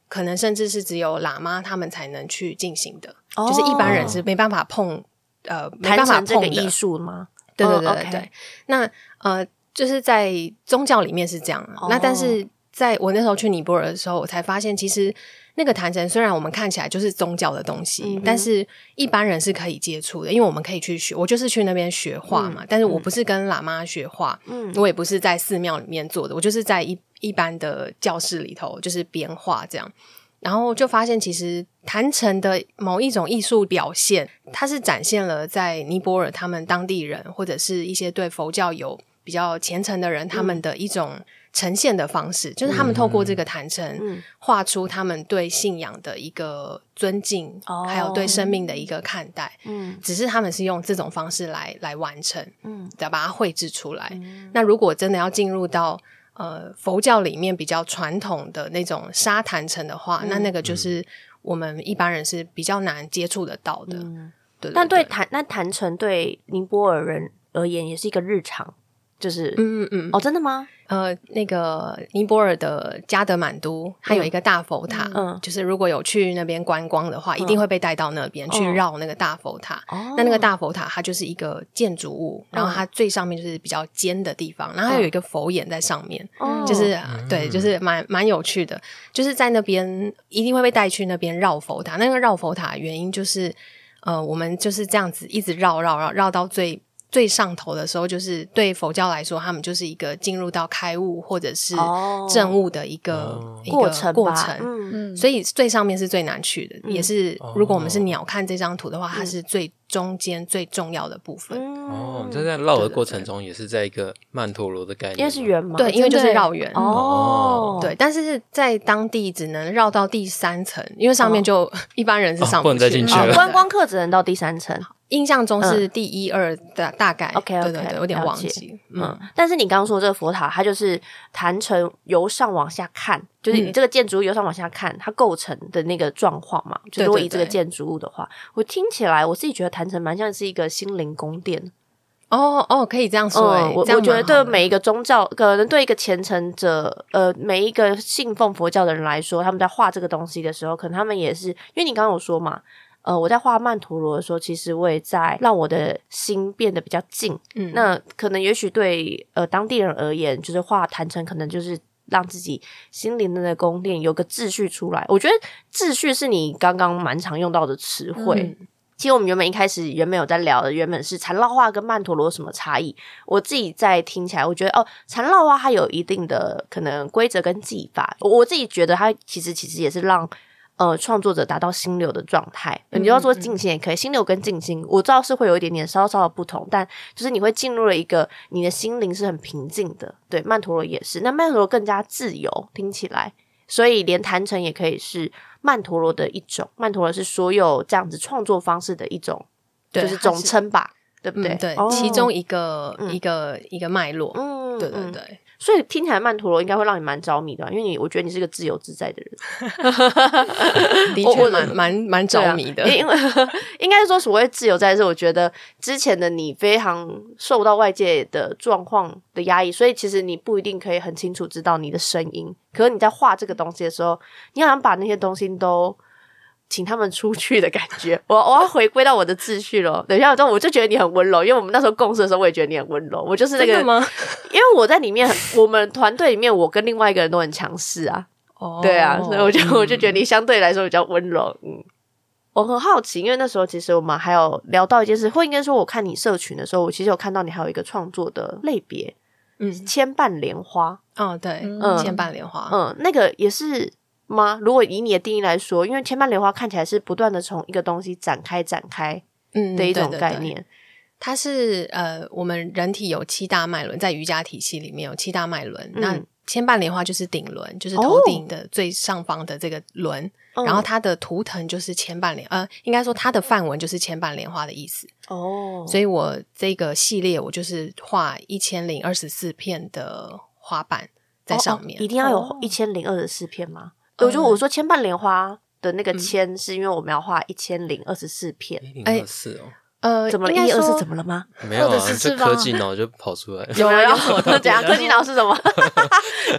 [SPEAKER 2] 可能甚至是只有喇嘛他们才能去进行的，
[SPEAKER 1] 哦
[SPEAKER 2] 就是一般人是没办法碰，呃，没
[SPEAKER 1] 谈
[SPEAKER 2] 办法
[SPEAKER 1] 成这
[SPEAKER 2] 碰
[SPEAKER 1] 个
[SPEAKER 2] 的
[SPEAKER 1] 艺术吗？
[SPEAKER 2] 对对
[SPEAKER 1] 嗯
[SPEAKER 2] 对对
[SPEAKER 1] ，OK
[SPEAKER 2] 对。那呃，就是在宗教里面是这样啊，
[SPEAKER 1] 哦
[SPEAKER 2] 那但是在我那时候去尼泊尔的时候，我才发现其实。那个坛城虽然我们看起来就是宗教的东西，
[SPEAKER 1] 嗯哼
[SPEAKER 2] 但是一般人是可以接触的，因为我们可以去学。我就是去那边学画嘛，但是我不是跟喇嘛学画，
[SPEAKER 1] 嗯
[SPEAKER 2] 我也不是在寺庙里面做的，我就是在一一般的教室里头，就是边画这样。然后就发现，其实坛城的某一种艺术表现，它是展现了在尼泊尔他们当地人或者是一些对佛教有比较虔诚的人，他们的一种呈现的方式，就是他们透过这个坛城
[SPEAKER 1] 嗯
[SPEAKER 2] 画出他们对信仰的一个尊敬，
[SPEAKER 1] 哦
[SPEAKER 2] 还有对生命的一个看待。
[SPEAKER 1] 嗯
[SPEAKER 2] 只是他们是用这种方式来来完成，
[SPEAKER 1] 嗯
[SPEAKER 2] 再把它绘制出来。那如果真的要进入到呃佛教里面比较传统的那种沙坛城的话，
[SPEAKER 1] 嗯
[SPEAKER 2] 那那个就是我们一般人是比较难接触得到的。
[SPEAKER 1] 嗯，
[SPEAKER 2] 对
[SPEAKER 1] 但
[SPEAKER 2] 对
[SPEAKER 1] 对，谈那谈成对尼泊尔人而言也是一个日常，就是
[SPEAKER 2] 嗯嗯嗯，
[SPEAKER 1] 哦，真的吗？
[SPEAKER 2] 呃，那个尼泊尔的加德满都，它有一个大佛塔，
[SPEAKER 1] 嗯
[SPEAKER 2] 就是如果有去那边观光的话，一定会被带到那边去
[SPEAKER 1] 嗯
[SPEAKER 2] 绕那个大佛塔。
[SPEAKER 1] 哦，嗯
[SPEAKER 2] 那那个大佛塔，它就是一个建筑物，然后它最上面就是比较尖的地方，然后它有一个佛眼在上面，
[SPEAKER 1] 哦
[SPEAKER 2] 就是、对，就是蛮蛮有趣的，就是在那边一定会被带去那边绕佛塔。那个绕佛塔的原因就是，呃，我们就是这样子一直绕绕绕绕到最最上头的时候，就是对佛教来说，他们就是一个进入到开悟或者是
[SPEAKER 1] 哦
[SPEAKER 2] 正悟的一个、
[SPEAKER 4] 哦
[SPEAKER 2] 一个
[SPEAKER 1] 过程吧
[SPEAKER 2] 过程。
[SPEAKER 1] 嗯
[SPEAKER 3] 嗯，
[SPEAKER 2] 所以最上面是最难去的，也是
[SPEAKER 4] 哦
[SPEAKER 2] 如果我们是鸟看这张图的话，它是最中间最重要的部分。
[SPEAKER 1] 嗯
[SPEAKER 4] 哦，你就在绕的过程中也是在一个曼陀罗的概念吗，
[SPEAKER 1] 因为是圆嘛，
[SPEAKER 2] 对，因为就是
[SPEAKER 3] 真的
[SPEAKER 2] 绕远。
[SPEAKER 1] 哦，
[SPEAKER 2] 对，但是在当地只能绕到第三层，因为上面就、 一般人是上
[SPEAKER 4] 哦不能
[SPEAKER 2] 去
[SPEAKER 4] 再进去
[SPEAKER 2] 的
[SPEAKER 4] 了
[SPEAKER 1] 哦
[SPEAKER 2] 对，
[SPEAKER 1] 观光客只能到第三层，
[SPEAKER 2] 印象中是第一、二大大概
[SPEAKER 1] OK，OK，
[SPEAKER 2] 对对对，有点
[SPEAKER 1] 了
[SPEAKER 2] 忘
[SPEAKER 1] 解
[SPEAKER 2] 记，嗯
[SPEAKER 1] 嗯，但是你刚刚说这个佛塔，它就是坛城由上往下看，就是
[SPEAKER 2] 嗯
[SPEAKER 1] 你这个建筑物由上往下看，它构成的那个状况嘛。就是
[SPEAKER 2] 对
[SPEAKER 1] 如果
[SPEAKER 2] 对
[SPEAKER 1] 以这个
[SPEAKER 2] 对
[SPEAKER 1] 建筑物的话，我听起来我自己觉得坛城蛮像是一个心灵宫殿。
[SPEAKER 2] 哦哦，可以这样说、欸
[SPEAKER 1] 嗯，我
[SPEAKER 2] 这样
[SPEAKER 1] 我觉得
[SPEAKER 2] 蛮好
[SPEAKER 1] 对
[SPEAKER 2] 的
[SPEAKER 1] 每一个宗教，可能对一个虔诚者，呃，每一个信奉佛教的人来说，他们在画这个东西的时候，可能他们也是，因为你刚刚有说嘛。呃，我在画曼陀罗的时候，其实我也在让我的心变得比较静，
[SPEAKER 2] 嗯
[SPEAKER 1] 那可能也许对呃当地人而言，就是画坛城，可能就是让自己心灵的那个宫殿有个秩序出来。我觉得秩序是你刚刚蛮常用到的词汇。其实我们原本一开始原本有在聊的，原本是缠绕画跟曼陀罗有什么差异。我自己在听起来，我觉得哦，缠绕画它有一定的可能规则跟技法。我我自己觉得它其实其实也是让呃创作者达到心流的状态。你就要说静心也可以，心流跟静心我知道是会有一点点稍稍的不同，但就是你会进入了一个你的心灵是很平静的。对，曼陀罗也是，那曼陀罗更加自由，听起来，所以连坛城也可以是曼陀罗的一种。曼陀罗是所有这样子创作方式的一种，
[SPEAKER 2] 对
[SPEAKER 1] 就是总
[SPEAKER 2] 它是
[SPEAKER 1] 称吧，对不
[SPEAKER 2] 嗯
[SPEAKER 1] 对？
[SPEAKER 2] 对
[SPEAKER 1] 哦，
[SPEAKER 2] 其中一个、
[SPEAKER 1] 嗯
[SPEAKER 2] 一个一个脉络，
[SPEAKER 1] 嗯
[SPEAKER 2] 对对
[SPEAKER 1] 嗯
[SPEAKER 2] 对。
[SPEAKER 1] 所以听起来曼陀罗应该会让你蛮着迷的吧，啊因为你我觉得你是个自由自在的人，我
[SPEAKER 2] 的确
[SPEAKER 1] 嗯哦我
[SPEAKER 2] 蛮蛮蛮
[SPEAKER 1] 对
[SPEAKER 2] 着
[SPEAKER 1] 啊
[SPEAKER 2] 迷的。
[SPEAKER 1] 因因为 应该说所谓自由自在是，我觉得之前的你非常受到外界的状况的压抑，所以其实你不一定可以很清楚知道你的声音。可是你在画这个东西的时候，你好像把那些东西都。请他们出去的感觉，我我要回归到我的秩序了。等一下，我就我就觉得你很温柔，因为我们那时候共事的时候，我也觉得你很温柔。我就是那
[SPEAKER 2] 真
[SPEAKER 1] 个
[SPEAKER 2] 的吗？
[SPEAKER 1] 因为我在里面很，我们团队里面，我跟另外一个人都很强势啊。
[SPEAKER 2] 哦
[SPEAKER 1] 对啊，所以我就、我就觉得你相对来说比较温柔。嗯，我很好奇，因为那时候其实我们还有聊到一件事，或应该说，我看你社群的时候，我其实有看到你还有一个创作的类别
[SPEAKER 2] 嗯
[SPEAKER 1] “牵绊莲花
[SPEAKER 2] 哦对，
[SPEAKER 3] 嗯
[SPEAKER 2] 牵绊莲”，花，
[SPEAKER 1] 嗯，那个也是吗？如果以你的定义来说，因为“牵绊莲花”看起来是不断的从一个东西展开、展开
[SPEAKER 2] 嗯
[SPEAKER 1] 的一种
[SPEAKER 2] 对对对
[SPEAKER 1] 概念，
[SPEAKER 2] 它是呃，我们人体有七大脉轮，在瑜伽体系里面有七大脉轮。
[SPEAKER 1] 嗯
[SPEAKER 2] 那千瓣莲花就是顶轮，就是
[SPEAKER 1] 哦
[SPEAKER 2] 头顶的最上方的这个轮。
[SPEAKER 1] 嗯
[SPEAKER 2] 然后它的图腾就是千瓣莲，呃，应该说它的范文就是千瓣莲花的意思。
[SPEAKER 1] 哦，
[SPEAKER 2] 所以我这个系列我就是画一千零二十四片的花瓣在上面。
[SPEAKER 1] 哦哦一定要有
[SPEAKER 3] 哦
[SPEAKER 1] 一千零二十四片吗？
[SPEAKER 2] 嗯
[SPEAKER 1] 我就我说“牵绊莲花”的那个“牵”，是因为我们要画一千零二十四片。
[SPEAKER 4] 一零
[SPEAKER 2] 哎
[SPEAKER 4] 二四哦，
[SPEAKER 2] 呃，
[SPEAKER 1] 怎么了？
[SPEAKER 2] 应
[SPEAKER 1] 一
[SPEAKER 2] 该
[SPEAKER 1] 二
[SPEAKER 2] 说
[SPEAKER 1] 是怎么了吗？
[SPEAKER 2] 哎
[SPEAKER 4] 没有
[SPEAKER 3] 或
[SPEAKER 4] 啊
[SPEAKER 3] 者是，
[SPEAKER 4] 这
[SPEAKER 3] 翅膀
[SPEAKER 4] 科技脑就跑出 来了。
[SPEAKER 2] 有啊
[SPEAKER 1] 有
[SPEAKER 2] 有我都觉得
[SPEAKER 1] 怎样？科技脑是什 么？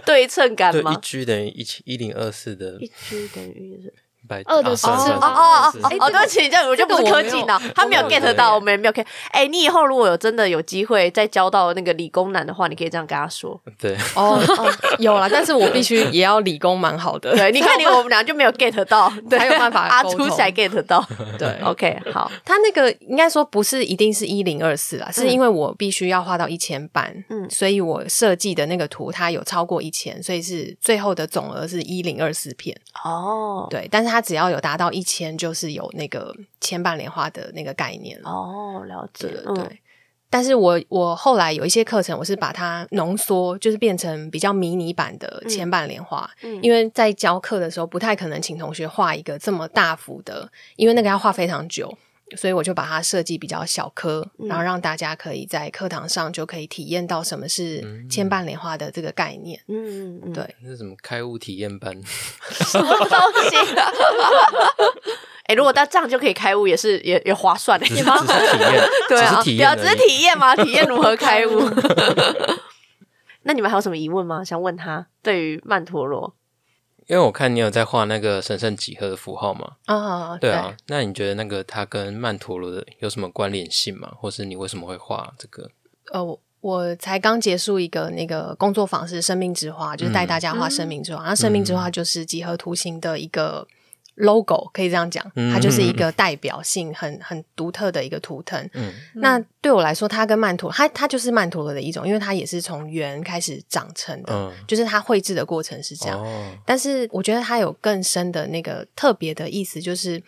[SPEAKER 1] 对称感
[SPEAKER 4] 对，
[SPEAKER 1] 吗
[SPEAKER 4] 一？居等于一千一零二四的
[SPEAKER 1] 一 G 等于是
[SPEAKER 4] 百
[SPEAKER 3] 二的
[SPEAKER 4] 啊
[SPEAKER 3] 十
[SPEAKER 4] 算
[SPEAKER 3] 次
[SPEAKER 4] 算
[SPEAKER 1] 哦
[SPEAKER 3] 方
[SPEAKER 1] 哦
[SPEAKER 4] 算
[SPEAKER 1] 哦哦
[SPEAKER 4] 算是
[SPEAKER 1] 哦，对不起，这样我就不是
[SPEAKER 2] 这个
[SPEAKER 1] 科
[SPEAKER 2] 我没有
[SPEAKER 1] 技脑，他没有
[SPEAKER 4] 我没有
[SPEAKER 1] get 到，
[SPEAKER 4] 对
[SPEAKER 1] 我们也没有 get。哎，你以后如果有真的有机会再交到那个理工男的话，你可以这样跟他说。
[SPEAKER 4] 对，
[SPEAKER 2] 哦哦有了，但是我必须也要理工蛮好的。
[SPEAKER 1] 对，你看你我们俩就没有 get 到， 对
[SPEAKER 2] 才有办法
[SPEAKER 1] 阿
[SPEAKER 2] 沟
[SPEAKER 1] 初
[SPEAKER 2] 通
[SPEAKER 1] 才 get 到。
[SPEAKER 2] 对
[SPEAKER 1] OK，好，
[SPEAKER 2] 它那个应该说不是一定是一零二四啦，是因为我必须要画到一千版，
[SPEAKER 1] 嗯
[SPEAKER 2] 嗯，所以我设计的那个图它有超过一千，所以是最后的总额是一零二四片，
[SPEAKER 1] 哦，
[SPEAKER 2] 对。但是它只要有达到一千，就是有那个千瓣莲花的那个概念了，
[SPEAKER 1] 哦，了解，
[SPEAKER 2] 对对
[SPEAKER 1] 嗯
[SPEAKER 2] 对。但是我我后来有一些课程，我是把它浓缩，就是变成比较迷你版的千瓣莲花，
[SPEAKER 1] 嗯
[SPEAKER 2] 因为在教课的时候不太可能请同学画一个这么大幅的，因为那个要画非常久，所以我就把它设计比较小颗，
[SPEAKER 1] 嗯
[SPEAKER 2] 然后让大家可以在课堂上就可以体验到什么是
[SPEAKER 4] 嗯
[SPEAKER 2] 千瓣莲花的这个概念。
[SPEAKER 1] 嗯嗯嗯，
[SPEAKER 2] 对
[SPEAKER 4] 那是什么开悟体验班？
[SPEAKER 1] 东西。 哎、如果到这样就可以开悟，也是也也划 算的，，
[SPEAKER 4] 只是只是体验
[SPEAKER 1] 对
[SPEAKER 4] 只
[SPEAKER 1] 啊，
[SPEAKER 4] 是体验而已，
[SPEAKER 1] 只是体验 吗？体验如何开悟？那你们还有什么疑问吗？想问他对于曼陀罗，
[SPEAKER 4] 因为我看你有在画那个神圣几何的符号嘛，
[SPEAKER 2] 啊，
[SPEAKER 4] 对啊，那你觉得那个它跟曼陀罗的有什么关联性吗？或是你为什么会画这个？
[SPEAKER 2] 对，呃，我我才刚结束一个那个工作坊是生命之花，就是带大家画生命之花，那生命之花就是几何图形的一个。logo 可以这样讲，它就是一个代表性很很独特的一个图腾。
[SPEAKER 4] 嗯
[SPEAKER 2] 那对我来说，它跟曼陀它它就是曼陀罗的一种，因为它也是从圆开始长成的，
[SPEAKER 4] 嗯，
[SPEAKER 2] 就是它绘制的过程是这样。
[SPEAKER 4] 哦，
[SPEAKER 2] 但是我觉得它有更深的那个特别的意思，就是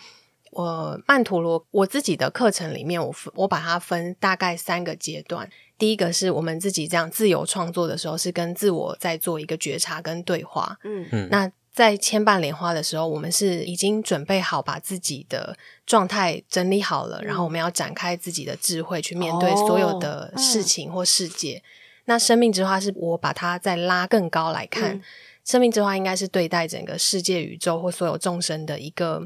[SPEAKER 2] 我呃曼陀罗我自己的课程里面，我分我把它分大概三个阶段。第一个是我们自己这样自由创作的时候，是跟自我在做一个觉察跟对话。
[SPEAKER 1] 嗯
[SPEAKER 4] 嗯
[SPEAKER 2] 那在牵绊莲花的时候，我们是已经准备好把自己的状态整理好了，然后
[SPEAKER 1] 嗯
[SPEAKER 2] 我们要展开自己的智慧去面对所有的
[SPEAKER 1] 哦
[SPEAKER 2] 事
[SPEAKER 1] 嗯
[SPEAKER 2] 情或世界。那生命之花是我把它再拉更高来看，
[SPEAKER 1] 嗯
[SPEAKER 2] 生命之花应该是对待整个世界、宇宙或所有众生的一个。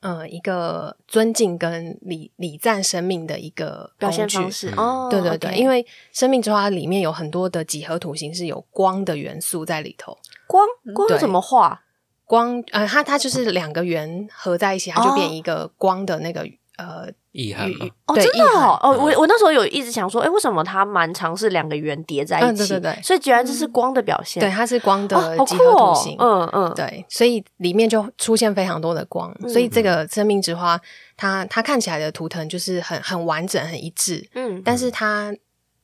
[SPEAKER 2] 呃，一个尊敬跟礼礼赞生命的一个
[SPEAKER 1] 表现
[SPEAKER 2] 工具
[SPEAKER 1] 方式、
[SPEAKER 4] 嗯
[SPEAKER 1] 哦，
[SPEAKER 2] 对对对
[SPEAKER 1] OK
[SPEAKER 2] 因为生命之花里面有很多的几何图形是有光的元素在里头，
[SPEAKER 1] 光光
[SPEAKER 2] 对
[SPEAKER 1] 怎么画？
[SPEAKER 2] 光呃，它它就是两个圆合在一起，它就变一个光的那个、呃
[SPEAKER 4] 意涵嘛，
[SPEAKER 1] 哦，
[SPEAKER 2] 对嗯
[SPEAKER 1] 真的
[SPEAKER 2] 意涵
[SPEAKER 1] 哦，哦，我我那时候有一直想说，哎、为什么它蛮长是两个圆叠在一
[SPEAKER 2] 嗯
[SPEAKER 1] 起？
[SPEAKER 2] 对对对
[SPEAKER 1] 所以居然这是光的表现，
[SPEAKER 2] 对，它是光的
[SPEAKER 1] 哦、好
[SPEAKER 2] 几
[SPEAKER 1] 酷
[SPEAKER 2] 何
[SPEAKER 1] 哦
[SPEAKER 2] 图形，，
[SPEAKER 1] 嗯嗯，
[SPEAKER 2] 对，所以里面就出现非常多的光，
[SPEAKER 1] 嗯
[SPEAKER 2] 所以这个生命之花，它它看起来的图腾就是很很完整、很一致，
[SPEAKER 1] 嗯，
[SPEAKER 2] 但是它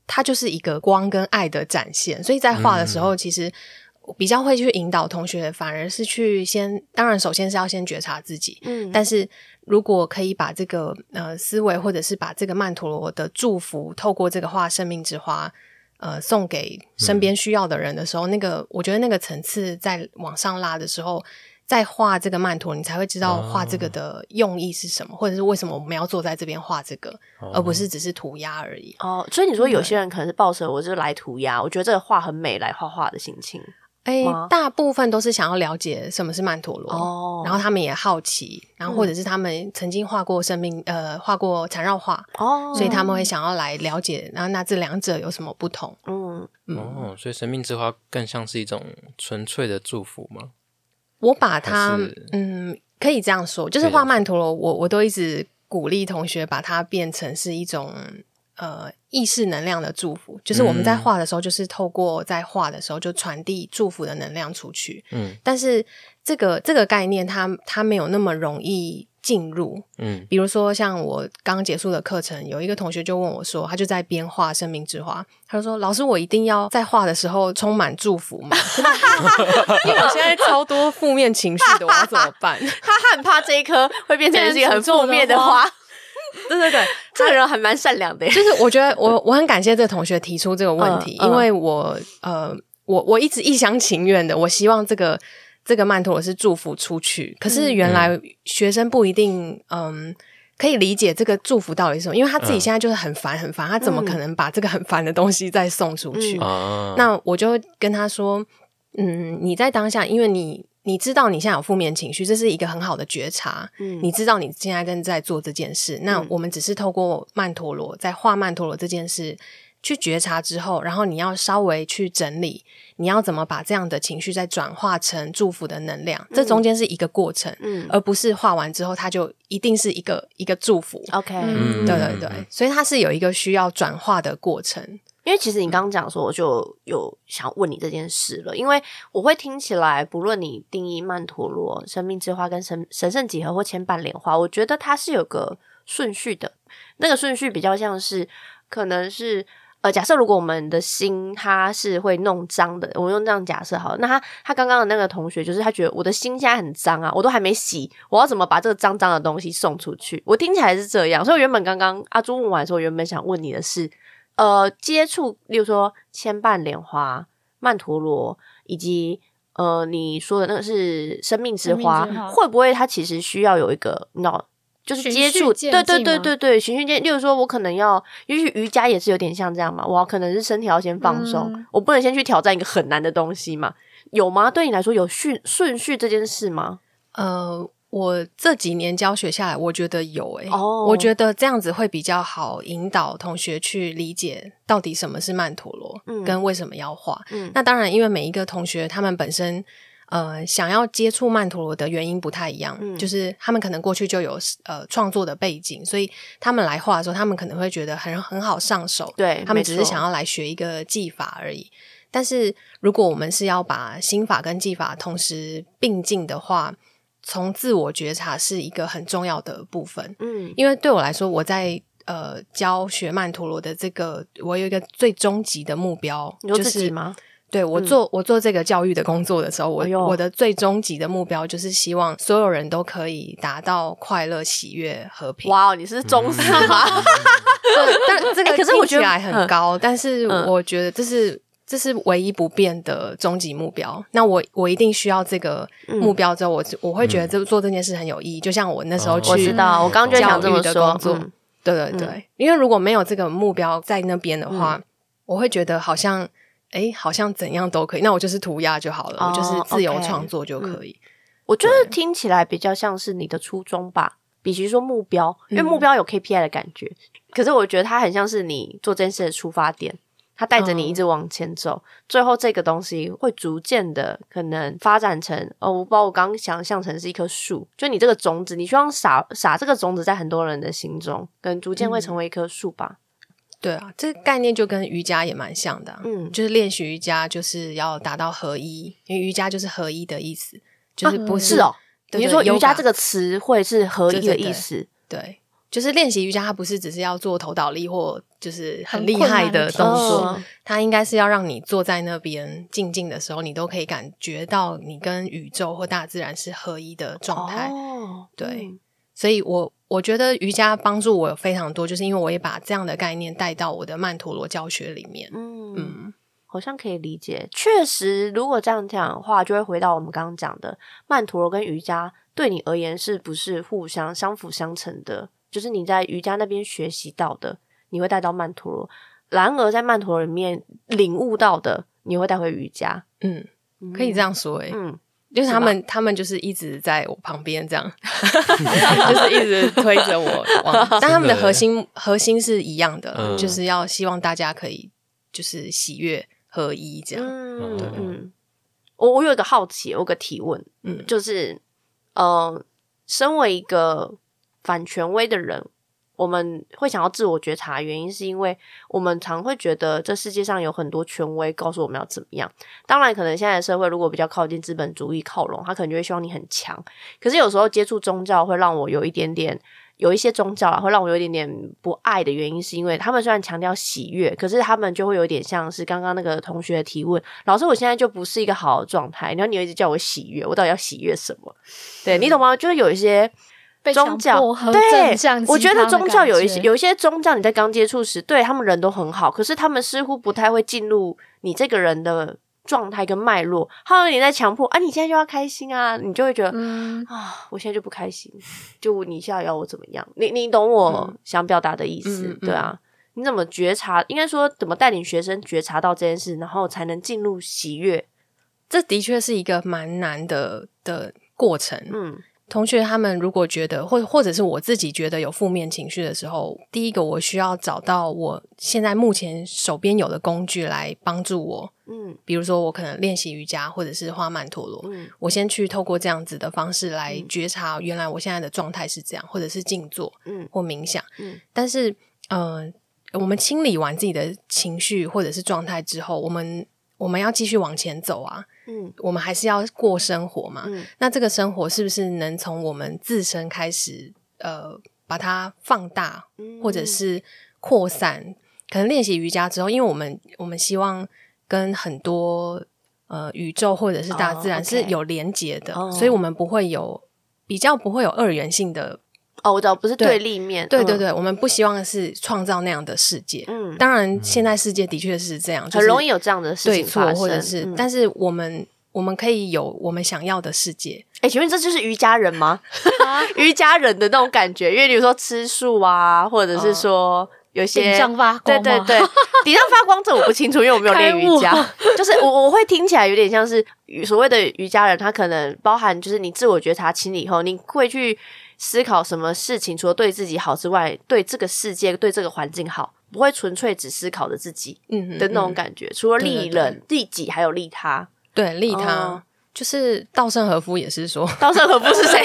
[SPEAKER 2] 它就是一个光跟爱的展现，所以在画的时
[SPEAKER 1] 嗯
[SPEAKER 2] 候，其实我比较会去引导同学，反而是去先，当然首先是要先觉察自己，
[SPEAKER 1] 嗯
[SPEAKER 2] 但是如果可以把这个呃思维，或者是把这个曼陀罗的祝福，透过这个画生命之花，呃，送给身
[SPEAKER 1] 嗯
[SPEAKER 2] 边需要的人的时候，那个我觉得那个层次在往上拉的时候，再画这个曼陀，你才会知道
[SPEAKER 1] 啊
[SPEAKER 4] 哦
[SPEAKER 2] 画这个的用意是什么，或者是为什么我们要坐在这边画这个，
[SPEAKER 4] 哦
[SPEAKER 2] 而不是只是涂鸦而已。
[SPEAKER 1] 哦，所以你说有些人可能是抱着我就是来涂鸦，我觉得这个画很美，来画画的心情
[SPEAKER 2] 哎、
[SPEAKER 1] 吗
[SPEAKER 2] 大部分都是想要了解什么是曼陀罗。
[SPEAKER 1] 哦
[SPEAKER 2] 然后他们也好奇，然后或者是他们曾经画过生命，呃，画过缠绕画，
[SPEAKER 1] 哦，
[SPEAKER 2] 所以他们会想要来了解，然后那这两者有什么不同？
[SPEAKER 1] 嗯
[SPEAKER 4] 哦，所以生命之花更像是一种纯粹的祝福嘛，
[SPEAKER 2] 我把它
[SPEAKER 4] 还是，
[SPEAKER 2] 嗯，可以这样说，就是画曼陀罗，我我都一直鼓励同学把它变成是一种呃意识能量的祝福，就是我们
[SPEAKER 4] 嗯
[SPEAKER 2] 在画的时候，就是透过在画的时候就传递祝福的能量出去。
[SPEAKER 4] 嗯
[SPEAKER 2] 但是这个这个概念它，它没有那么容易进入。
[SPEAKER 4] 嗯
[SPEAKER 2] 比如说，像我刚结束的课程，有一个同学就问我说，他就在边画生命之花，他就说：“老师，我一定要在画的时候充满祝福嘛， 因为我现在超多负面情绪的，我要怎么办？”
[SPEAKER 1] 他很怕这一颗会变成是一个很负面的花。对对对，这个人还蛮善良的耶。
[SPEAKER 2] 就是我觉得我我很感谢这个同学提出这个问题，
[SPEAKER 1] 嗯嗯
[SPEAKER 2] 因为我呃我我一直一厢情愿的，我希望这个这个曼陀罗是祝福出去，可
[SPEAKER 1] 嗯
[SPEAKER 2] 是原来学生不一定嗯。可以理解这个祝福到底是什么，因为他自己
[SPEAKER 4] 嗯
[SPEAKER 2] 现在就是很烦很烦，他怎么可能把这个很烦的东西再送出去？
[SPEAKER 1] 嗯
[SPEAKER 4] 啊，
[SPEAKER 2] 那我就跟他说，嗯，你在当下，因为你你知道你现在有负面情绪，这是一个很好的觉察，
[SPEAKER 1] 嗯
[SPEAKER 2] 你知道你现在正在做这件事。那
[SPEAKER 1] 嗯
[SPEAKER 2] 我们只是透过曼陀罗，在画曼陀罗这件事去觉察之后，然后你要稍微去整理，你要怎么把这样的情绪再转化成祝福的能量，这中间是一个过程，
[SPEAKER 1] 嗯
[SPEAKER 2] 而不是画完之后它就一定是一个一个祝福。
[SPEAKER 1] ，OK，
[SPEAKER 3] 嗯
[SPEAKER 2] 对对对，所以它是有一个需要转化的过程。
[SPEAKER 1] 因为其实你刚刚讲说，我就有想问你这件事了，因为我会听起来，不论你定义曼陀罗、生命之花跟神神圣几何或千瓣莲花，我觉得它是有个顺序的。那个顺序比较像是，可能是呃，假设如果我们的心它是会弄脏的，我用这样假设好了，那他他刚刚的那个同学就是他觉得我的心现在很脏啊，我都还没洗，我要怎么把这个脏脏的东西送出去？我听起来是这样，所以我原本刚刚阿朱问完的时候，我原本想问你的是，呃，接触，例如说牵绊莲花、曼陀罗，以及呃你说的那个是生命之花，
[SPEAKER 3] 生命之花
[SPEAKER 1] 会不会它其实需要有一个 no？就是
[SPEAKER 3] 循
[SPEAKER 1] 接
[SPEAKER 3] 序
[SPEAKER 1] 触，
[SPEAKER 3] 渐
[SPEAKER 1] 对对
[SPEAKER 3] 进
[SPEAKER 1] 对
[SPEAKER 3] 吗
[SPEAKER 1] 对对，循序渐。例如说，我可能要，也许瑜伽也是有点像这样嘛，我可能是身体要先放松，
[SPEAKER 3] 嗯
[SPEAKER 1] 我不能先去挑战一个很难的东西嘛，有吗？对你来说有序顺序这件事吗？
[SPEAKER 2] 呃，我这几年教学下来，我觉得有诶、
[SPEAKER 1] 哦
[SPEAKER 2] 我觉得这样子会比较好引导同学去理解到底什么是曼陀罗，
[SPEAKER 1] 嗯
[SPEAKER 2] 跟为什么要画。
[SPEAKER 1] 嗯
[SPEAKER 2] 那当然，因为每一个同学他们本身。呃，想要接触曼陀罗的原因不太一样，
[SPEAKER 1] 嗯
[SPEAKER 2] 就是他们可能过去就有呃创作的背景，所以他们来画的时候，他们可能会觉得很很好上手，
[SPEAKER 1] 对
[SPEAKER 2] 他
[SPEAKER 1] 没
[SPEAKER 2] 们只是
[SPEAKER 1] 错
[SPEAKER 2] 想要来学一个技法而已。但是如果我们是要把心法跟技法同时并进的话，从自我觉察是一个很重要的部分。
[SPEAKER 1] 嗯
[SPEAKER 2] 因为对我来说，我在呃教学曼陀罗的这个，我有一个最终极的目标，
[SPEAKER 1] 你说
[SPEAKER 2] 就
[SPEAKER 1] 自己
[SPEAKER 2] 是
[SPEAKER 1] 吗？嗯
[SPEAKER 2] 对我做、我做这个教育的工作的时候，我、
[SPEAKER 1] 哎呦
[SPEAKER 2] 我的最终极的目标就是希望所有人都可以达到快乐、喜悦、和平。
[SPEAKER 1] 哇哦，你是宗师吗？
[SPEAKER 2] 对， 但这个、
[SPEAKER 1] 欸可是我觉得
[SPEAKER 2] 起来很高，但是
[SPEAKER 1] 嗯
[SPEAKER 2] 我觉得这是这是唯一不变的终极目标。那我我一定需要这个
[SPEAKER 1] 嗯
[SPEAKER 2] 目标之后，我我会觉得这做这件事很有意义。就像我那时候
[SPEAKER 4] 哦
[SPEAKER 2] 去，
[SPEAKER 1] 我知道，我刚刚就想这么
[SPEAKER 2] 教育的
[SPEAKER 1] 说
[SPEAKER 2] 工。作
[SPEAKER 1] 嗯嗯
[SPEAKER 2] 对对对，因为如果没有这个目标在那边的话，我会觉得好像。哎，好像怎样都可以，那我就是涂鸦就好了，
[SPEAKER 1] 哦
[SPEAKER 2] 我就是自由
[SPEAKER 1] OK 嗯
[SPEAKER 2] 创作就可以。
[SPEAKER 1] 我觉得听起来比较像是你的初衷吧，比起说目标，因为
[SPEAKER 2] 嗯
[SPEAKER 1] 目标有 KPI 的感觉。可是我觉得它很像是你做这件事的出发点，它带着你
[SPEAKER 2] 嗯
[SPEAKER 1] 一直往前走，最后这个东西会逐渐的可能发展成，哦，我把我刚刚想象成是一棵树，就你这个种子，你希望撒撒这个种子在很多人的心中，可能逐渐会
[SPEAKER 2] 嗯
[SPEAKER 1] 成为一棵树吧。
[SPEAKER 2] 对啊，这个概念就跟瑜伽也蛮像的啊、
[SPEAKER 1] 嗯
[SPEAKER 2] 就是练习瑜伽就是要达到合一，因为瑜伽就是合一的意思，就是不
[SPEAKER 1] 是哦，
[SPEAKER 2] 对
[SPEAKER 1] 你是说
[SPEAKER 2] 对
[SPEAKER 1] 瑜伽
[SPEAKER 2] yoga
[SPEAKER 1] 这个词汇是合一的
[SPEAKER 2] 对对对
[SPEAKER 1] 意思，
[SPEAKER 2] 对，就是练习瑜伽，它不是只是要做头倒立或就是很
[SPEAKER 3] 很
[SPEAKER 2] 厉
[SPEAKER 3] 困
[SPEAKER 2] 害
[SPEAKER 3] 难的
[SPEAKER 2] 的
[SPEAKER 3] 姿势
[SPEAKER 2] 动作，
[SPEAKER 1] 哦
[SPEAKER 2] 它应该是要让你坐在那边静静的时候，你都可以感觉到你跟宇宙或大自然是合一的状态。
[SPEAKER 1] 哦，
[SPEAKER 2] 对
[SPEAKER 1] 嗯，
[SPEAKER 2] 所以我我觉得瑜伽帮助我有非常多，就是因为我也把这样的概念带到我的曼陀罗教学里面。
[SPEAKER 1] 嗯嗯。
[SPEAKER 2] 嗯
[SPEAKER 1] 好像可以理解，确实，如果这样讲的话，就会回到我们刚刚讲的曼陀罗跟瑜伽对你而言是不是互相相辅相成的？就是你在瑜伽那边学习到的，你会带到曼陀罗；然而在曼陀罗里面领悟到的，你会带回瑜伽。
[SPEAKER 2] 嗯，可以这样说欸诶、
[SPEAKER 1] 嗯，
[SPEAKER 2] 就是他们，他们就是一直在我旁边这样， 就是一直推着我 往，但他们的核心核心是一样的，
[SPEAKER 4] 嗯
[SPEAKER 2] 就是要希望大家可以就是喜悦合一这样。
[SPEAKER 1] 嗯
[SPEAKER 4] 对
[SPEAKER 1] 嗯，我我有一个好奇，我有个提问，
[SPEAKER 2] 嗯
[SPEAKER 1] 就是，呃，身为一个反权威的人，我们会想要自我觉察，原因是因为我们常会觉得这世界上有很多权威告诉我们要怎么样。当然，可能现在的社会如果比较靠近资本主义靠拢，他可能就会希望你很强。可是有时候接触宗教会让我有一点点，有一些宗教啊会让我有一点点不爱的原因，是因为他们虽然强调喜悦，可是他们就会有点像是刚刚那个同学的提问，老师，我现在就不是一个好的状态，然后你又一直叫我喜悦，我到底要喜悦什么？对你懂吗？就是有一些。
[SPEAKER 3] 被
[SPEAKER 1] 宗教
[SPEAKER 3] 强迫和
[SPEAKER 1] 对
[SPEAKER 3] 正向，
[SPEAKER 1] 我
[SPEAKER 3] 鸡
[SPEAKER 1] 觉
[SPEAKER 3] 汤
[SPEAKER 1] 得
[SPEAKER 3] 的
[SPEAKER 1] 宗教
[SPEAKER 3] 感
[SPEAKER 1] 有一
[SPEAKER 3] 觉
[SPEAKER 1] 些有一些宗教，你在刚接触时，对他们人都很好，可是他们似乎不太会进入你这个人的状态跟脉络，他们有点在强迫啊，你现在就要开心啊，你就会觉得、
[SPEAKER 3] 嗯，
[SPEAKER 1] 啊，我现在就不开心，就你现在要我怎么样？你你懂我想表达的意思，
[SPEAKER 2] 嗯嗯嗯
[SPEAKER 1] 对啊？你怎么觉察？应该说怎么带领学生觉察到这件事，然后才能进入喜悦？
[SPEAKER 2] 这的确是一个蛮难的的过程。
[SPEAKER 1] 嗯
[SPEAKER 2] 同学他们如果觉得，或或者是我自己觉得有负面情绪的时候，第一个我需要找到我现在目前手边有的工具来帮助我，
[SPEAKER 1] 嗯
[SPEAKER 2] 比如说我可能练习瑜伽，或者是画曼陀罗，
[SPEAKER 1] 嗯
[SPEAKER 2] 我先去透过这样子的方式来觉察，原来我现在的状态是这样，或者是静坐
[SPEAKER 1] 嗯
[SPEAKER 2] 或冥想。
[SPEAKER 1] 嗯
[SPEAKER 2] 但是，呃，我们清理完自己的情绪或者是状态之后，我们我们要继续往前走啊，
[SPEAKER 1] 嗯
[SPEAKER 2] 我们还是要过生活嘛。
[SPEAKER 1] 嗯
[SPEAKER 2] 那这个生活是不是能从我们自身开始，呃，把它放大
[SPEAKER 1] 嗯
[SPEAKER 2] 或者是扩散？可能练习瑜伽之后，因为我们我们希望跟很多呃宇宙或者是大自
[SPEAKER 1] 哦
[SPEAKER 2] 然
[SPEAKER 1] ，OK
[SPEAKER 2] 是有连结的
[SPEAKER 1] 哦
[SPEAKER 2] 所以我们不会有比较不会有二元性的。
[SPEAKER 1] 哦，我知道，不是
[SPEAKER 2] 对
[SPEAKER 1] 对立面，
[SPEAKER 2] 对对
[SPEAKER 1] 嗯
[SPEAKER 2] 对，我们不希望是创造那样的世界。
[SPEAKER 1] 嗯，
[SPEAKER 2] 当然，现在世界的确是这样，就
[SPEAKER 1] 很
[SPEAKER 2] 是
[SPEAKER 1] 容易有这样的事
[SPEAKER 2] 对
[SPEAKER 1] 情发
[SPEAKER 2] 错，
[SPEAKER 1] 生。
[SPEAKER 2] 或者是，
[SPEAKER 1] 嗯
[SPEAKER 2] 但是我们我们可以有我们想要的世界。
[SPEAKER 1] 哎、请问这就是瑜伽人吗？
[SPEAKER 3] 啊
[SPEAKER 1] 瑜伽人的那种感觉，因为比如说吃素啊，或者是
[SPEAKER 2] 嗯
[SPEAKER 1] 说有一些
[SPEAKER 3] 顶上发光
[SPEAKER 1] 对
[SPEAKER 3] 吗
[SPEAKER 1] 对对，顶上发光这我不清楚，因为我没有练瑜伽
[SPEAKER 3] 开。
[SPEAKER 1] 就是我我会听起来有点像是所谓的瑜伽人，他可能包含就是你自我觉察清理以后，你会去思考什么事情，除了对自己好之外，对这个世界、对这个环境好，不会纯粹只思考着自己
[SPEAKER 2] 嗯
[SPEAKER 1] 的那种
[SPEAKER 2] 嗯
[SPEAKER 1] 感觉。除了
[SPEAKER 2] 对对
[SPEAKER 1] 利
[SPEAKER 2] 对
[SPEAKER 1] 人、利己，还有利他。
[SPEAKER 2] 对，利他、
[SPEAKER 1] 哦
[SPEAKER 2] 就是稻盛和夫也是说
[SPEAKER 1] 稻盛和夫是 谁？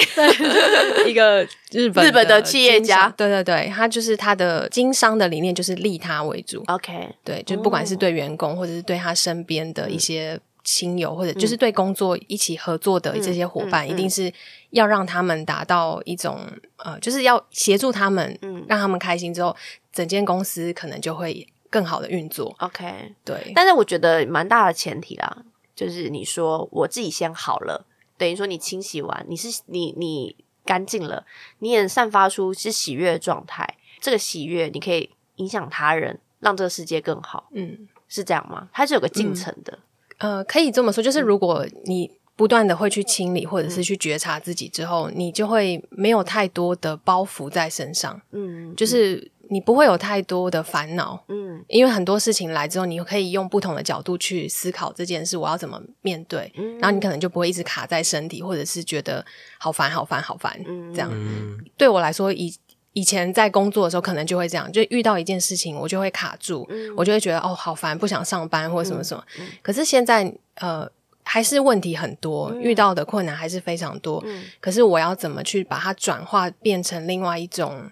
[SPEAKER 2] 一个日本
[SPEAKER 1] 日本的企业家
[SPEAKER 2] 经商对对对，他就是他的经商的理念就是利他为主，
[SPEAKER 1] OK，
[SPEAKER 2] 对，就不管
[SPEAKER 1] 哦
[SPEAKER 2] 是对员工或者是对他身边的一些亲友，或者就是对工作一起合作的这些伙
[SPEAKER 1] 嗯
[SPEAKER 2] 伴，
[SPEAKER 1] 嗯嗯
[SPEAKER 2] 一定是要让他们达到一种呃，就是要协助他们，
[SPEAKER 1] 嗯
[SPEAKER 2] 让他们开心之后，整间公司可能就会更好的运作。
[SPEAKER 1] ，OK。
[SPEAKER 2] 对，
[SPEAKER 1] 但是我觉得蛮大的前提啦，就是你说我自己先好了，等于说你清洗完，你是你你干净了，你也散发出是喜悦的状态，这个喜悦你可以影响他人，让这个世界更好，
[SPEAKER 2] 嗯
[SPEAKER 1] 是这样吗？它是有个进程的，
[SPEAKER 2] 呃，可以这么说，
[SPEAKER 1] 嗯
[SPEAKER 2] 就是如果你不断的会去清理或者是去觉察自己之后，你就会没有太多的包袱在身上，
[SPEAKER 1] 嗯，
[SPEAKER 2] 就是你不会有太多的烦恼。
[SPEAKER 1] 嗯
[SPEAKER 2] 因为很多事情来之后，你可以用不同的角度去思考这件事，我要怎么面对，
[SPEAKER 1] 嗯
[SPEAKER 2] 然后你可能就不会一直卡在身体，或者是觉得好烦、好烦、好烦。
[SPEAKER 1] 嗯
[SPEAKER 2] 这样
[SPEAKER 4] 嗯，
[SPEAKER 2] 对我来说，以以前在工作的时候，可能就会这样，就遇到一件事情，我就会卡住，
[SPEAKER 1] 嗯
[SPEAKER 2] 我就会觉得哦，好烦，不想上班或者什么什么。
[SPEAKER 1] 嗯嗯
[SPEAKER 2] 可是现在，呃，还是问题很多，
[SPEAKER 1] 嗯
[SPEAKER 2] 遇到的困难还是非常多。
[SPEAKER 1] 嗯
[SPEAKER 2] 可是我要怎么去把它转化变成另外一种，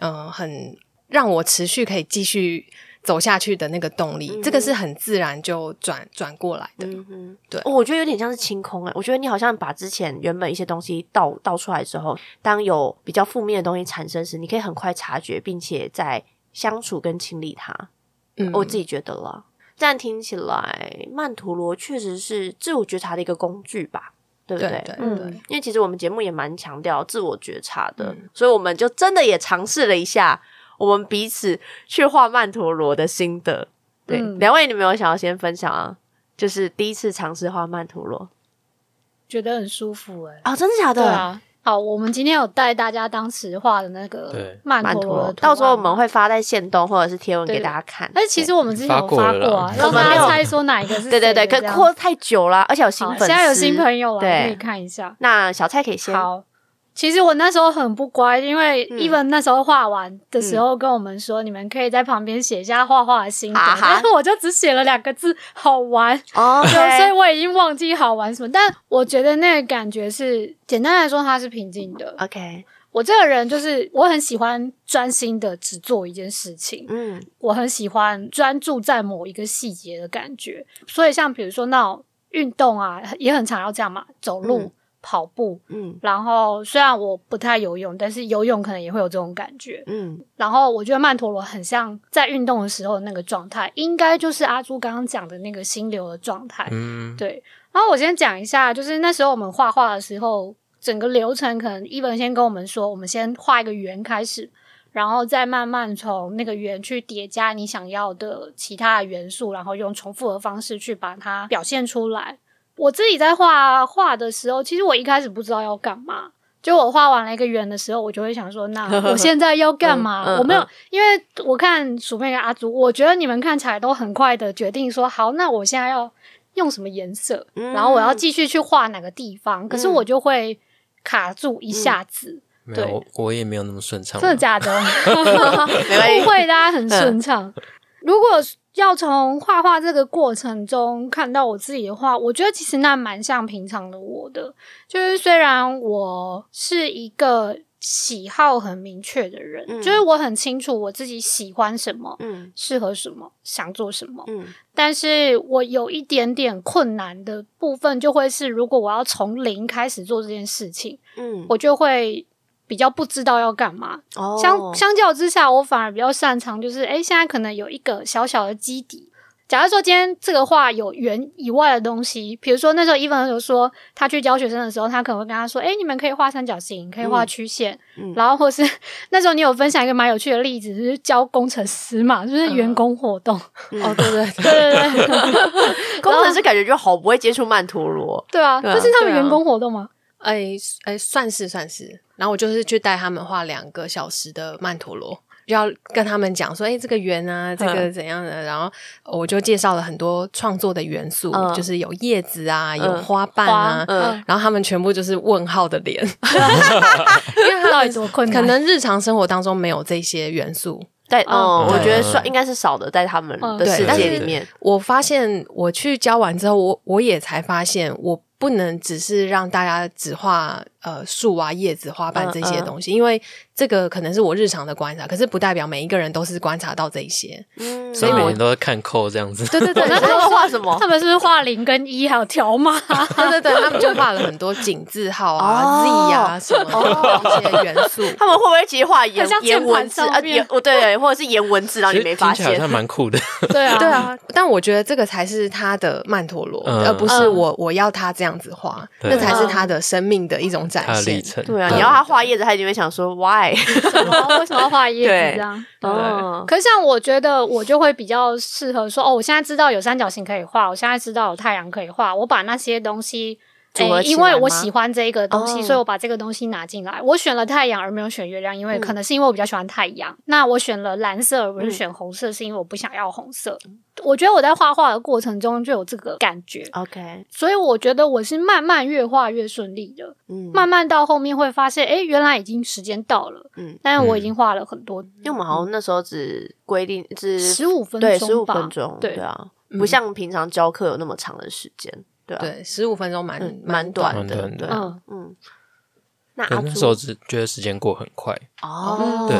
[SPEAKER 2] 呃，很让我持续可以继续走下去的那个动力？
[SPEAKER 1] 嗯
[SPEAKER 2] 这个是很自然就转转过来的。
[SPEAKER 1] 嗯哼，
[SPEAKER 2] 对
[SPEAKER 1] 哦我觉得有点像是清空哎、我觉得你好像把之前原本一些东西倒倒出来之后，当有比较负面的东西产生时，你可以很快察觉，并且在相处跟清理它。
[SPEAKER 2] 嗯
[SPEAKER 1] 我自己觉得啦。这样听起来，曼陀罗确实是自我觉察的一个工具吧，对不
[SPEAKER 2] 对
[SPEAKER 1] 对
[SPEAKER 2] 对
[SPEAKER 1] 嗯，
[SPEAKER 2] 对
[SPEAKER 1] 因为其实我们节目也蛮强调自我觉察的，所以我们就真的也尝试了一下我们彼此去画曼陀罗的心得。对，
[SPEAKER 3] 嗯
[SPEAKER 1] 两位你们有想要先分享啊？就是第一次尝试画曼陀罗
[SPEAKER 3] 觉得很舒服哎、
[SPEAKER 1] 啊、哦，真的假的？
[SPEAKER 3] 对啊，好，我们今天有带大家当时画的那个
[SPEAKER 4] 对
[SPEAKER 3] 曼
[SPEAKER 1] 曼
[SPEAKER 3] 陀
[SPEAKER 1] 陀
[SPEAKER 3] 罗
[SPEAKER 1] 罗，
[SPEAKER 3] 的图案嘛，啊
[SPEAKER 1] 到时候我们会发在线动或者是贴文
[SPEAKER 3] 对
[SPEAKER 1] 给大家看。
[SPEAKER 3] 但是哎其实我们之前有
[SPEAKER 4] 发过
[SPEAKER 3] 发
[SPEAKER 4] 了啦
[SPEAKER 3] 过啊，让
[SPEAKER 1] 我们
[SPEAKER 3] 大
[SPEAKER 1] 没有
[SPEAKER 3] 家猜说哪一个是
[SPEAKER 1] 对对对，
[SPEAKER 3] 谁
[SPEAKER 1] 可
[SPEAKER 3] 这样
[SPEAKER 1] 扩太久了，而且有新
[SPEAKER 3] 好
[SPEAKER 1] 粉丝，
[SPEAKER 3] 现在有新朋友来可以
[SPEAKER 1] 对，
[SPEAKER 3] 看一下。
[SPEAKER 1] 那小蔡可以先。
[SPEAKER 3] 好，其实我那时候很不乖，因为
[SPEAKER 1] 嗯
[SPEAKER 3] even 那时候画完的时候跟我们说，你们可以在旁边写一下画画的心得，
[SPEAKER 1] 啊哈
[SPEAKER 3] 但是我就只写了两个字“ 好玩”，
[SPEAKER 1] 哦，
[SPEAKER 3] 对， 所以
[SPEAKER 1] 对
[SPEAKER 3] 我已经忘记好玩什么。但我觉得那个感觉是，简单来说，它是平静的。
[SPEAKER 1] ，OK，
[SPEAKER 3] 我这个人就是我很喜欢专心的只做一件事情，
[SPEAKER 1] 嗯，
[SPEAKER 3] 我很喜欢专注在某一个细节的感觉。所以像比如说那种运动啊，也很常要这样嘛，走路、
[SPEAKER 1] 嗯
[SPEAKER 3] 跑步。
[SPEAKER 1] 嗯
[SPEAKER 3] 然后虽然我不太游泳，但是游泳可能也会有这种感觉。
[SPEAKER 1] 嗯
[SPEAKER 3] 然后我觉得曼陀罗很像在运动的时候的那个状态，应该就是阿朱刚刚讲的那个心流的状态。
[SPEAKER 4] 嗯，
[SPEAKER 3] 对，然后我先讲一下，就是那时候我们画画的时候，整个流程可能伊文先跟我们说，我们先画一个圆开始，然后再慢慢从那个圆去叠加你想要的其他的元素，然后用重复的方式去把它表现出来。我自己在画画的时候，其实我一开始不知道要干嘛。就我画完了一个圆的时候，我就会想 说，那我现在要干嘛？
[SPEAKER 1] 嗯嗯
[SPEAKER 3] 我没有
[SPEAKER 1] 嗯
[SPEAKER 3] 因为我看鼠妹跟阿朱，我觉得你们看起来都很快的决定说好，那我现在要用什么颜色，
[SPEAKER 1] 嗯
[SPEAKER 3] 然后我要继续去画哪个地方，可是
[SPEAKER 1] 嗯
[SPEAKER 3] 我就会卡住一下子，
[SPEAKER 4] 没有，
[SPEAKER 3] 对
[SPEAKER 4] 我我也没有那么顺畅啊。
[SPEAKER 3] 真的假的？
[SPEAKER 1] 没关系嗯
[SPEAKER 3] 误会大家很顺畅。如果要从画画这个过程中看到我自己的话，我觉得其实那蛮像平常的我的。就是虽然我是一个喜好很明确的人，
[SPEAKER 1] 嗯
[SPEAKER 3] 就是我很清楚我自己喜欢什么，
[SPEAKER 1] 嗯
[SPEAKER 3] 适合什么，想做什么。
[SPEAKER 1] 嗯
[SPEAKER 3] 但是我有一点点困难的部分，就会是如果我要从零开始做这件事情，
[SPEAKER 1] 嗯，
[SPEAKER 3] 我就会比较不知道要干嘛。
[SPEAKER 1] 哦
[SPEAKER 3] 相相较之下，我反而比较擅长，就是诶，现在可能有一个小小的基底。假如说今天这个画有圆以外的东西，比如说那时候伊文有说，他去教学生的时候，他可能会跟他说：“诶，你们可以画三角形，可以画
[SPEAKER 1] 嗯
[SPEAKER 3] 曲线。
[SPEAKER 1] 嗯
[SPEAKER 3] 然后或是那时候你有分享一个蛮有趣的例子，就是教工程师嘛，
[SPEAKER 1] 嗯
[SPEAKER 3] 就是员工活动。
[SPEAKER 2] 哦，对对对
[SPEAKER 3] 对对对，
[SPEAKER 1] 工程师感觉就好不会接触曼陀罗，
[SPEAKER 3] 对啊，
[SPEAKER 1] 对啊
[SPEAKER 3] 这是他们
[SPEAKER 2] 对啊
[SPEAKER 3] 员工活动吗？
[SPEAKER 2] 哎哎，算是算是。然后我就是去带他们画两个小时的曼陀罗，就要跟他们讲说，哎，这个圆啊，这
[SPEAKER 1] 嗯
[SPEAKER 2] 个怎样的。然后我就介绍了很多创作的元素，
[SPEAKER 1] 嗯
[SPEAKER 2] 就是有叶子啊，有
[SPEAKER 1] 嗯
[SPEAKER 2] 花瓣啊。
[SPEAKER 1] 嗯
[SPEAKER 2] 然后他们全部就是问号的脸，
[SPEAKER 3] 因为到底多
[SPEAKER 1] 嗯
[SPEAKER 3] 困难？
[SPEAKER 2] 可能日常生活当中没有这些元素。
[SPEAKER 1] 但
[SPEAKER 3] 嗯
[SPEAKER 1] 哦，我
[SPEAKER 4] 对
[SPEAKER 1] 觉得算应该是少的，在他们
[SPEAKER 3] 嗯
[SPEAKER 1] 的
[SPEAKER 2] 对
[SPEAKER 1] 世
[SPEAKER 2] 但
[SPEAKER 1] 界
[SPEAKER 4] 是
[SPEAKER 1] 里面，
[SPEAKER 2] 我发现我去教完之后，我我也才发现，我不能只是让大家只画呃树啊、叶子、花瓣
[SPEAKER 1] 嗯
[SPEAKER 2] 这些东西，因为这个可能是我日常的观察，可是不代表每一个人都是观察到这一些。
[SPEAKER 1] 嗯
[SPEAKER 4] 所以每
[SPEAKER 2] 我
[SPEAKER 4] 天都在看扣这样子。
[SPEAKER 2] 对对对，
[SPEAKER 1] 那
[SPEAKER 2] 对
[SPEAKER 1] 他们画什么
[SPEAKER 3] 他？们是不是画零跟一还有条码？
[SPEAKER 2] 对对，他们就画了很多井字号
[SPEAKER 1] 哦
[SPEAKER 2] 啊、
[SPEAKER 1] 啊
[SPEAKER 2] Z 啊什么的一些元 素。
[SPEAKER 1] 他们会不会其实画颜
[SPEAKER 3] 很像键
[SPEAKER 1] 颜
[SPEAKER 3] 盘
[SPEAKER 1] 文字
[SPEAKER 3] 上
[SPEAKER 1] 啊？
[SPEAKER 3] 面
[SPEAKER 1] 颜哦对对，或者是颜文字，然后
[SPEAKER 4] 其
[SPEAKER 1] 你
[SPEAKER 4] 实
[SPEAKER 1] 没
[SPEAKER 4] 听
[SPEAKER 1] 发
[SPEAKER 4] 起来好
[SPEAKER 1] 现
[SPEAKER 4] 像？蛮酷的，
[SPEAKER 3] 对啊，
[SPEAKER 2] 对，啊，但我觉得这个才是他的曼陀罗，
[SPEAKER 4] 嗯
[SPEAKER 2] 而不是我我要他这样子画，
[SPEAKER 4] 对
[SPEAKER 2] 那才是他的生命的一种展
[SPEAKER 4] 它的
[SPEAKER 2] 现。
[SPEAKER 4] 历程。
[SPEAKER 1] 对啊，你要他画叶子，他一定会想说
[SPEAKER 3] 嗯
[SPEAKER 1] why？
[SPEAKER 3] 什哦么为什么要画叶
[SPEAKER 1] 对
[SPEAKER 3] 子这样？
[SPEAKER 1] 哦，
[SPEAKER 3] 可是像我觉得我就会比较适合说，哦，我现在知道有三角形可以画，我现在知道有太阳可以画，我把那些东西。
[SPEAKER 1] 组合
[SPEAKER 3] 诶
[SPEAKER 1] 起来
[SPEAKER 3] 因
[SPEAKER 1] 吗
[SPEAKER 3] 为我喜欢这个东西，
[SPEAKER 1] 哦
[SPEAKER 3] 所以我把这个东西拿进来。我选了太阳而没有选月亮，因
[SPEAKER 1] 嗯
[SPEAKER 3] 为可能是因为我比较喜欢太阳。那我选了蓝色而不是选红色，是因为我不想要红色。我觉得我在画画的过程中就有这个感觉，
[SPEAKER 1] OK，
[SPEAKER 3] 所以我觉得我是慢慢越画越顺利的。
[SPEAKER 1] 嗯，
[SPEAKER 3] 慢慢到后面会发现，诶，原来已经时间到了，
[SPEAKER 1] 嗯
[SPEAKER 3] 嗯，但是我已经画了很多，
[SPEAKER 1] 因为我们好像那时候只规定只
[SPEAKER 3] 十五分钟吧，
[SPEAKER 1] 对十五分钟，
[SPEAKER 3] 对
[SPEAKER 1] 对啊，不
[SPEAKER 2] 嗯
[SPEAKER 1] 像平常教课有那么长的时间，对啊，
[SPEAKER 2] 对，十五分钟蛮
[SPEAKER 1] 嗯，蛮
[SPEAKER 2] 蛮
[SPEAKER 1] 短
[SPEAKER 4] 蛮
[SPEAKER 1] 的，
[SPEAKER 4] 短的
[SPEAKER 1] 对啊，
[SPEAKER 3] 嗯，
[SPEAKER 1] 嗯，那
[SPEAKER 4] 对
[SPEAKER 1] 阿
[SPEAKER 4] 那时候
[SPEAKER 1] 朱
[SPEAKER 4] 只觉得时间过很快，
[SPEAKER 3] 嗯
[SPEAKER 1] 哦，
[SPEAKER 4] 对，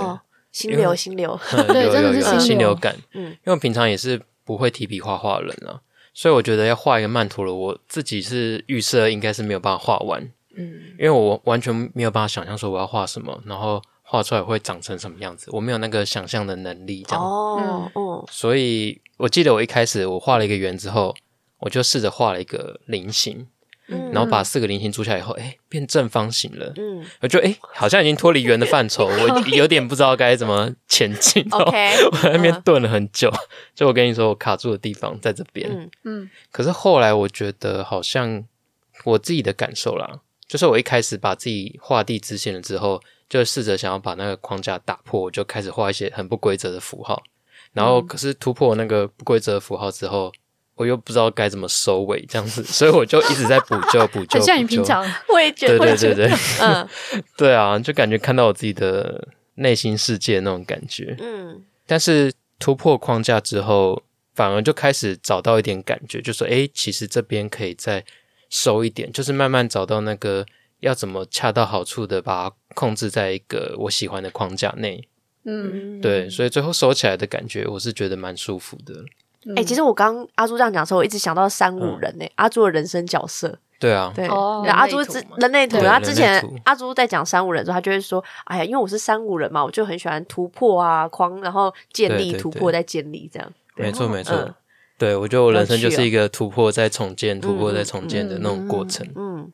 [SPEAKER 1] 心
[SPEAKER 4] 因为
[SPEAKER 1] 流心流，
[SPEAKER 4] 嗯
[SPEAKER 3] 对
[SPEAKER 4] 有
[SPEAKER 3] 真的
[SPEAKER 4] 有
[SPEAKER 3] 是
[SPEAKER 4] 有
[SPEAKER 3] 心
[SPEAKER 4] 心
[SPEAKER 3] 流
[SPEAKER 4] 流感。
[SPEAKER 1] 嗯
[SPEAKER 4] 嗯，因为我平常也是不会提笔画画的人啊，所以我觉得要画一个曼陀罗，我自己是预设应该是没有办法画完，
[SPEAKER 2] 嗯
[SPEAKER 4] 因为我完全没有办法想象说我要画什么，然后画出来会长成什么样子，我没有那个想象的能力这样。
[SPEAKER 3] 嗯
[SPEAKER 1] 哦，哦，
[SPEAKER 4] 所以我记得我一开始我画了一个圆之后，我就试着画了一个菱形，
[SPEAKER 1] 嗯
[SPEAKER 4] 然后把四个菱形组起来以后，哎，变正方形了。
[SPEAKER 1] 嗯
[SPEAKER 4] 我就哎、诶好像已经脱离圆的范 畴，我有点不知道该怎么前进。
[SPEAKER 1] ，OK，
[SPEAKER 4] 我在那边
[SPEAKER 1] 嗯
[SPEAKER 4] 顿了很久，就我跟你说，我卡住的地方在这边。
[SPEAKER 1] 嗯
[SPEAKER 3] 嗯
[SPEAKER 4] 可是后来我觉得，好像我自己的感受啦，就是我一开始把自己画地支线了之后，就试着想要把那个框架打破，我就开始画一些很不规则的符号。然后
[SPEAKER 3] 嗯
[SPEAKER 4] 可是突破那个不规则的符号之后，我又不知道该怎么收尾，这样子，所以我就一直在补救补救。
[SPEAKER 3] 很像你
[SPEAKER 4] 补救
[SPEAKER 3] 平常，
[SPEAKER 1] 我也觉
[SPEAKER 4] 对
[SPEAKER 1] 得，
[SPEAKER 4] 对对 对，
[SPEAKER 1] 嗯
[SPEAKER 4] 对啊，就感觉看到我自己的内心世界那种感觉。
[SPEAKER 1] 嗯
[SPEAKER 4] 但是突破框架之后，反而就开始找到一点感觉，就说，诶，其实这边可以再收一点，就是慢慢找到那个要怎么恰到好处的把它控制在一个我喜欢的框架内。
[SPEAKER 3] 嗯，
[SPEAKER 4] 对，所以最后收起来的感觉，我是觉得蛮舒服的。
[SPEAKER 3] 嗯
[SPEAKER 1] 哎、其实我刚阿朱这样讲的时候，我一直想到三
[SPEAKER 4] 嗯
[SPEAKER 1] 五人呢、阿朱的人生角色。
[SPEAKER 4] 对啊，
[SPEAKER 1] 对，
[SPEAKER 3] 哦
[SPEAKER 1] 然后阿朱
[SPEAKER 2] 人类
[SPEAKER 1] 之
[SPEAKER 2] 图吗
[SPEAKER 1] 人类图，
[SPEAKER 4] 对
[SPEAKER 1] 然后
[SPEAKER 4] 人
[SPEAKER 1] 之
[SPEAKER 4] 类
[SPEAKER 1] 前
[SPEAKER 4] 图
[SPEAKER 1] 阿朱在讲三五人的时候，他就会说：“哎呀，因为我是三五人嘛，我就很喜欢突破啊，框，然后建
[SPEAKER 4] 对
[SPEAKER 1] 立
[SPEAKER 4] 对
[SPEAKER 1] 突
[SPEAKER 4] 对
[SPEAKER 1] 破再建立这样。”
[SPEAKER 4] 没错没
[SPEAKER 1] 嗯
[SPEAKER 4] 错。对，我觉得我人生
[SPEAKER 1] 有趣
[SPEAKER 4] 就
[SPEAKER 1] 哦
[SPEAKER 4] 是一个突破再重建、突破再重建的那
[SPEAKER 2] 嗯嗯
[SPEAKER 4] 种过程。
[SPEAKER 1] 嗯，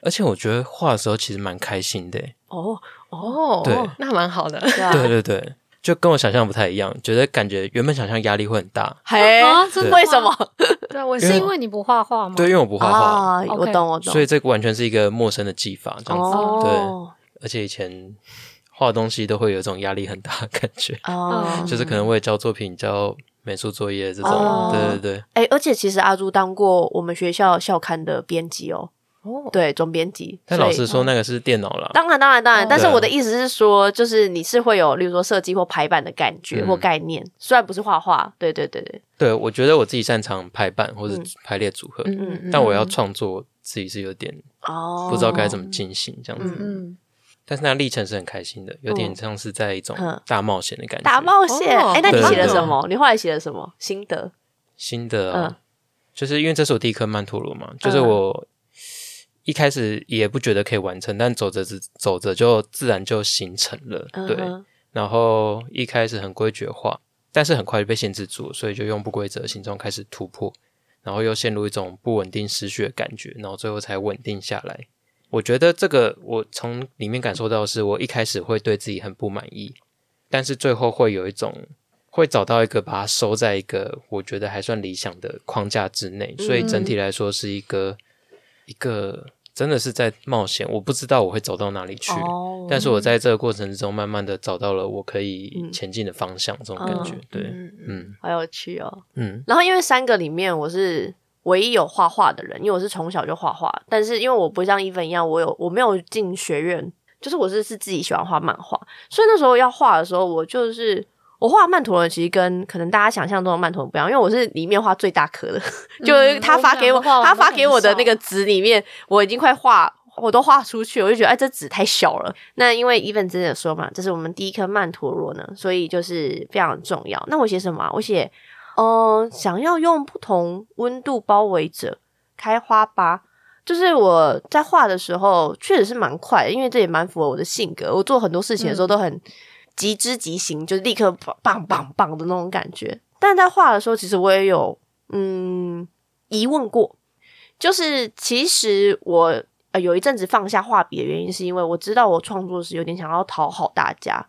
[SPEAKER 4] 而且我觉得画的时候其实蛮开心的欸。
[SPEAKER 1] 哦，
[SPEAKER 2] 哦，
[SPEAKER 4] 对
[SPEAKER 2] 那蛮 好的。
[SPEAKER 1] 对啊，
[SPEAKER 4] 对对对，就跟我想象不太一样，觉得感觉原本想象压力会很大。
[SPEAKER 1] 嘿，
[SPEAKER 3] 啊真的吗
[SPEAKER 1] 为什么？
[SPEAKER 3] 对，我是因为你不画
[SPEAKER 1] 嗯
[SPEAKER 3] 画吗？嗯
[SPEAKER 4] 对，因为我不画画，
[SPEAKER 1] 啊，我
[SPEAKER 3] OK
[SPEAKER 1] 懂，我懂
[SPEAKER 4] 所。以这个完全是一个陌生的技法，这样子。
[SPEAKER 1] 哦，
[SPEAKER 4] 而且以前画东西都会有一种压力很大的感觉，
[SPEAKER 1] 哦，
[SPEAKER 3] 嗯
[SPEAKER 4] 就是可能为交作品、交美术作业这种。
[SPEAKER 1] 哦
[SPEAKER 4] 对对对，
[SPEAKER 1] 哎、而且其实阿朱当过我们学校校刊的编辑哦，
[SPEAKER 2] 哦，
[SPEAKER 1] 对，总编辑。
[SPEAKER 4] 但
[SPEAKER 1] 所以嗯
[SPEAKER 4] 老师说那个是电脑啦。
[SPEAKER 1] 当然，当然，当然，
[SPEAKER 3] 哦
[SPEAKER 1] 但是
[SPEAKER 4] 对啊
[SPEAKER 1] 我的意思是说，就是你是会有，例如说设计或排版的感觉
[SPEAKER 4] 嗯
[SPEAKER 1] 或概念，虽然不是画画，对对对对，
[SPEAKER 4] 对，我觉得我自己擅长排版或者
[SPEAKER 1] 嗯
[SPEAKER 4] 排列组合，
[SPEAKER 2] 嗯嗯
[SPEAKER 4] 但我要创作自己是有点
[SPEAKER 1] 哦，
[SPEAKER 4] 不知道该怎么进行这样子。
[SPEAKER 3] 嗯，
[SPEAKER 4] 但是那历程是很开心的，有点像是在一种
[SPEAKER 1] 嗯
[SPEAKER 4] 大冒险的感觉。
[SPEAKER 1] 打冒险。
[SPEAKER 2] 哦
[SPEAKER 1] 哎、那你
[SPEAKER 4] 对
[SPEAKER 1] 写了
[SPEAKER 4] 对
[SPEAKER 1] 什么？你后来写了什么心得？
[SPEAKER 4] 新的、啊，
[SPEAKER 1] 嗯
[SPEAKER 4] 就是因为这是我第一颗曼陀罗嘛，就是我一开始也不觉得可以完成，但走着走走着就自然就形成了。对，
[SPEAKER 1] 嗯
[SPEAKER 4] 然后一开始很规矩的画，但是很快就被限制住，所以就用不规则的行动开始突破，然后又陷入一种不稳定失序的感觉，然后最后才稳定下来。我觉得这个我从里面感受到的是，我一开始会对自己很不满意，但是最后会有一种会找到一个把它收在一个我觉得还算理想的框架之内，所以整体来说是一个、一个真的是在冒险，我不知道我会走到哪里去。
[SPEAKER 1] 哼哦
[SPEAKER 4] 但是我在这个过程之中，慢慢的找到了我可以前进的方向，这种感觉
[SPEAKER 1] 嗯，
[SPEAKER 4] 对，
[SPEAKER 2] 嗯
[SPEAKER 4] 嗯
[SPEAKER 1] 好有趣哦。
[SPEAKER 4] 嗯，
[SPEAKER 1] 然后因为三个里面我是唯一有画画的人，因为我是从小就画画，但是因为我不像伊芬一样，我有我没有进学院，就是我是是自己喜欢画漫画，所以那时候要画的时候，我就是。我画曼陀罗其实跟可能大家想象中的曼陀罗不一样，因为我是里面画最大颗的， 就是他发给我
[SPEAKER 3] 嗯我想画
[SPEAKER 1] 他
[SPEAKER 3] 我都
[SPEAKER 1] 发
[SPEAKER 3] 很
[SPEAKER 1] 给我的
[SPEAKER 3] 少
[SPEAKER 1] 那个纸里面，我已经快画我都画出去了，我就觉得哎这纸太小了。那因为 Even 之前有说嘛，这是我们第一颗曼陀罗呢，所以就是非常重要。那我写什么啊、我写嗯，想要用不同温度包围着开花吧。就是我在画的时候，确实是蛮快的，因为这也蛮符合我的性格。我做很多事情的时候都很急之急行，就是立刻棒棒棒的那种感觉。但在画的时候，其实我也有嗯疑问过，就是其实我呃有一阵子放下画笔的原因，是因为我知道我创作时有点想要讨好大家，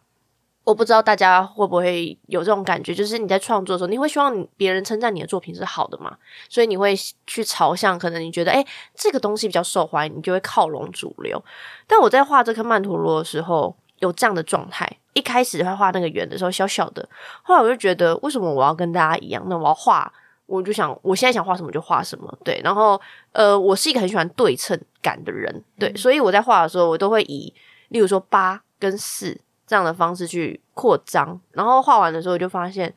[SPEAKER 1] 我不知道大家会不会有这种感觉，就是你在创作的时候，你会希望你别人称赞你的作品是好的嘛？所以你会去朝向可能你觉得，哎、这个东西比较受欢迎，你就会靠拢主流。但我在画这颗曼陀罗的时候，有这样的状态。一开始在画那个圆的时候，小小的，后来我就觉得，为什么我要跟大家一样？那我要画，我就想，我现在想画什么就画什么。对，然后呃，我是一个很喜欢对称感的人，对，所以我在画的时候，我都会以例如说八跟四这样的方式去扩张，然后画完的时候我就发现，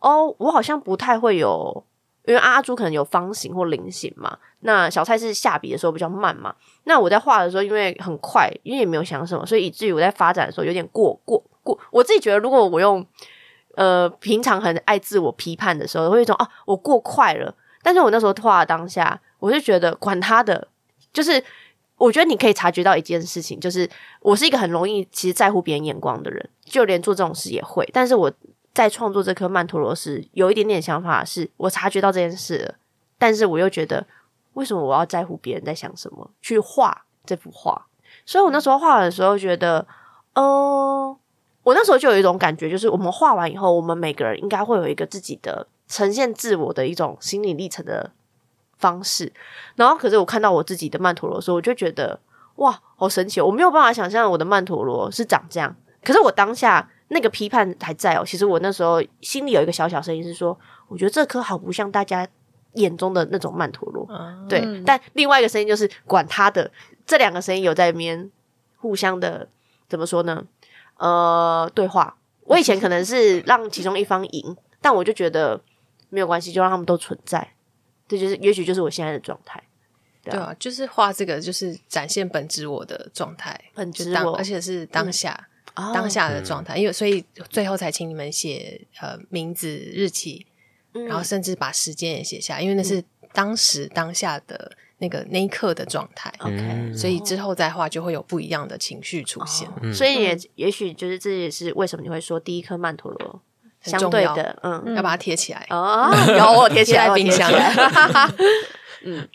[SPEAKER 1] 哦，我好像不太会有，因为阿朱可能有方形或菱形嘛，那小蔡是下笔的时候比较慢嘛，那我在画的时候因为很快，因为也没有想什么，所以以至于我在发展的时候有点过过过，我自己觉得如果我用呃平常很爱自我批判的时候，会有一种啊我过快了，但是我那时候画的当下，我就觉得管他的，就是我觉得你可以察觉到一件事情，就是我是一个很容易其实在乎别人眼光的人，就连做这种事也会。但是我在创作这颗曼陀罗时，有一点点想法是，我察觉到这件事了，但是我又觉得为什么我要在乎别人在想什么，去画这幅画？所以我那时候画的时候觉得，嗯、我那时候就有一种感觉，就是我们画完以后，我们每个人应该会有一个自己的呈现自我的一种心理历程的方式。然后，可是我看到我自己的曼陀罗的时候，我就觉得哇，好神奇哦！我没有办法想象我的曼陀罗是长这样。可是我当下那个批判还在哦。其实我那时候心里有一个小小声音是说，我觉得这颗好不像大家眼中的那种曼陀罗。
[SPEAKER 2] 啊
[SPEAKER 1] 对，
[SPEAKER 3] 嗯
[SPEAKER 1] 但另外一个声音就是管他的，这两个声音有在里面互相的怎么说呢？呃，对话。我以前可能是让其中一方赢，但我就觉得没有关系，就让他们都存在。这就是也许就是我现在的状态。对
[SPEAKER 2] 对
[SPEAKER 1] 啊
[SPEAKER 2] 啊，就是画这个就是展现本质我的状态，
[SPEAKER 1] 本
[SPEAKER 2] 就
[SPEAKER 1] 质
[SPEAKER 2] 当
[SPEAKER 1] 我
[SPEAKER 2] 而且是当下、
[SPEAKER 1] 哦
[SPEAKER 2] 当下的状态，因为所以最后才请你们写呃名字、日期，
[SPEAKER 1] 嗯
[SPEAKER 2] 然后甚至把时间也写下，因为那是当时当下的那个那一刻的状态，
[SPEAKER 1] OK，、
[SPEAKER 4] 嗯
[SPEAKER 2] 所以之后再画就会有不一样的情绪出现。
[SPEAKER 1] 哦所以
[SPEAKER 3] 嗯
[SPEAKER 1] 也也许就是这也是为什么你会说第一颗曼陀罗
[SPEAKER 2] 很
[SPEAKER 1] 相
[SPEAKER 2] 重
[SPEAKER 1] 对
[SPEAKER 2] 要
[SPEAKER 1] 的，嗯，
[SPEAKER 2] 要把它贴起来，
[SPEAKER 1] 哦，有我有贴起来，
[SPEAKER 2] 贴在
[SPEAKER 1] 我有贴
[SPEAKER 2] 冰箱
[SPEAKER 1] 起来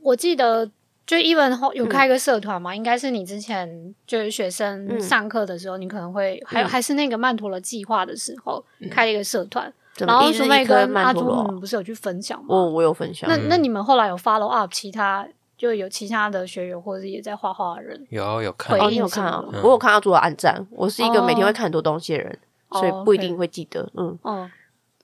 [SPEAKER 3] 我记得就 even 后有开个社团嘛，应该是你之前就是学
[SPEAKER 1] 嗯
[SPEAKER 3] 生上课的时候，你可能会还有
[SPEAKER 1] 嗯
[SPEAKER 3] 还是那个曼陀罗计划的时候开了一个社团，
[SPEAKER 1] 怎
[SPEAKER 3] 然
[SPEAKER 1] 么
[SPEAKER 3] 后
[SPEAKER 1] 一
[SPEAKER 3] 苏
[SPEAKER 1] 日
[SPEAKER 3] 妹
[SPEAKER 1] 一颗
[SPEAKER 3] 跟阿
[SPEAKER 1] 曼陀
[SPEAKER 3] 朱你们
[SPEAKER 1] 罗，哦
[SPEAKER 3] 不是有去分享吗？
[SPEAKER 1] 我我有分享
[SPEAKER 3] 那，那你们后来有 follow up 其他就有其他的学员或者也在画画的人，
[SPEAKER 4] 有啊有看
[SPEAKER 1] 哦，
[SPEAKER 3] 回
[SPEAKER 1] 你
[SPEAKER 3] 应
[SPEAKER 1] 有
[SPEAKER 3] 什
[SPEAKER 1] 看
[SPEAKER 3] 么
[SPEAKER 1] 啊
[SPEAKER 3] 的？
[SPEAKER 1] 我有看阿朱的暗赞，我是一个
[SPEAKER 3] 哦
[SPEAKER 1] 每天会看很多东西的人，所以
[SPEAKER 3] 哦
[SPEAKER 1] 不一
[SPEAKER 3] ，OK
[SPEAKER 1] 定会记得。嗯，
[SPEAKER 3] 哦、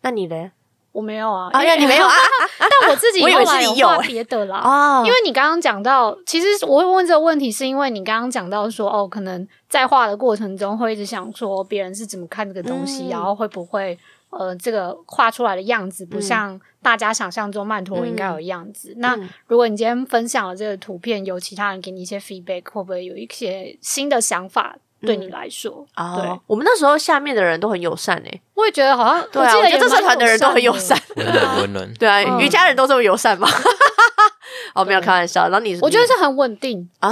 [SPEAKER 1] 那你嘞？
[SPEAKER 3] 我没有啊，
[SPEAKER 1] 啊，
[SPEAKER 3] 因
[SPEAKER 1] 呀，
[SPEAKER 3] 为
[SPEAKER 1] 你没有 啊？
[SPEAKER 3] 但我自己
[SPEAKER 1] 我以
[SPEAKER 3] 后
[SPEAKER 1] 为是
[SPEAKER 3] 来
[SPEAKER 1] 你
[SPEAKER 3] 有
[SPEAKER 1] 有
[SPEAKER 3] 画
[SPEAKER 1] 欸
[SPEAKER 3] 别的啦。
[SPEAKER 1] 啊，
[SPEAKER 3] 因为你刚刚讲到，其实我会问这个问题，是因为你刚刚讲到说，哦，可能在画的过程中会一直想说别人是怎么看这个东西，
[SPEAKER 1] 嗯
[SPEAKER 3] 然后会不会呃，这个画出来的样子不
[SPEAKER 1] 嗯
[SPEAKER 3] 像大家想象中曼陀罗应该有的样子。那
[SPEAKER 1] 嗯
[SPEAKER 3] 如果你今天分享了这个图片，有其他人给你一些 feedback，会不会有一些新的想法对
[SPEAKER 1] 嗯
[SPEAKER 3] 你来说？对
[SPEAKER 1] 哦，我们那时候下面的人都很友善诶，
[SPEAKER 3] 我也觉得好像，
[SPEAKER 1] 对啊，我
[SPEAKER 3] 记
[SPEAKER 1] 觉得
[SPEAKER 3] 得也
[SPEAKER 1] 这社团的人都很友
[SPEAKER 3] 蛮
[SPEAKER 1] 善
[SPEAKER 3] 的。，
[SPEAKER 4] 温暖温暖，
[SPEAKER 1] 对啊，
[SPEAKER 3] 嗯
[SPEAKER 1] 瑜伽人都这么友善吗？ 哦，没有开玩笑。然后你，
[SPEAKER 3] 我觉得是很稳定。
[SPEAKER 1] 哦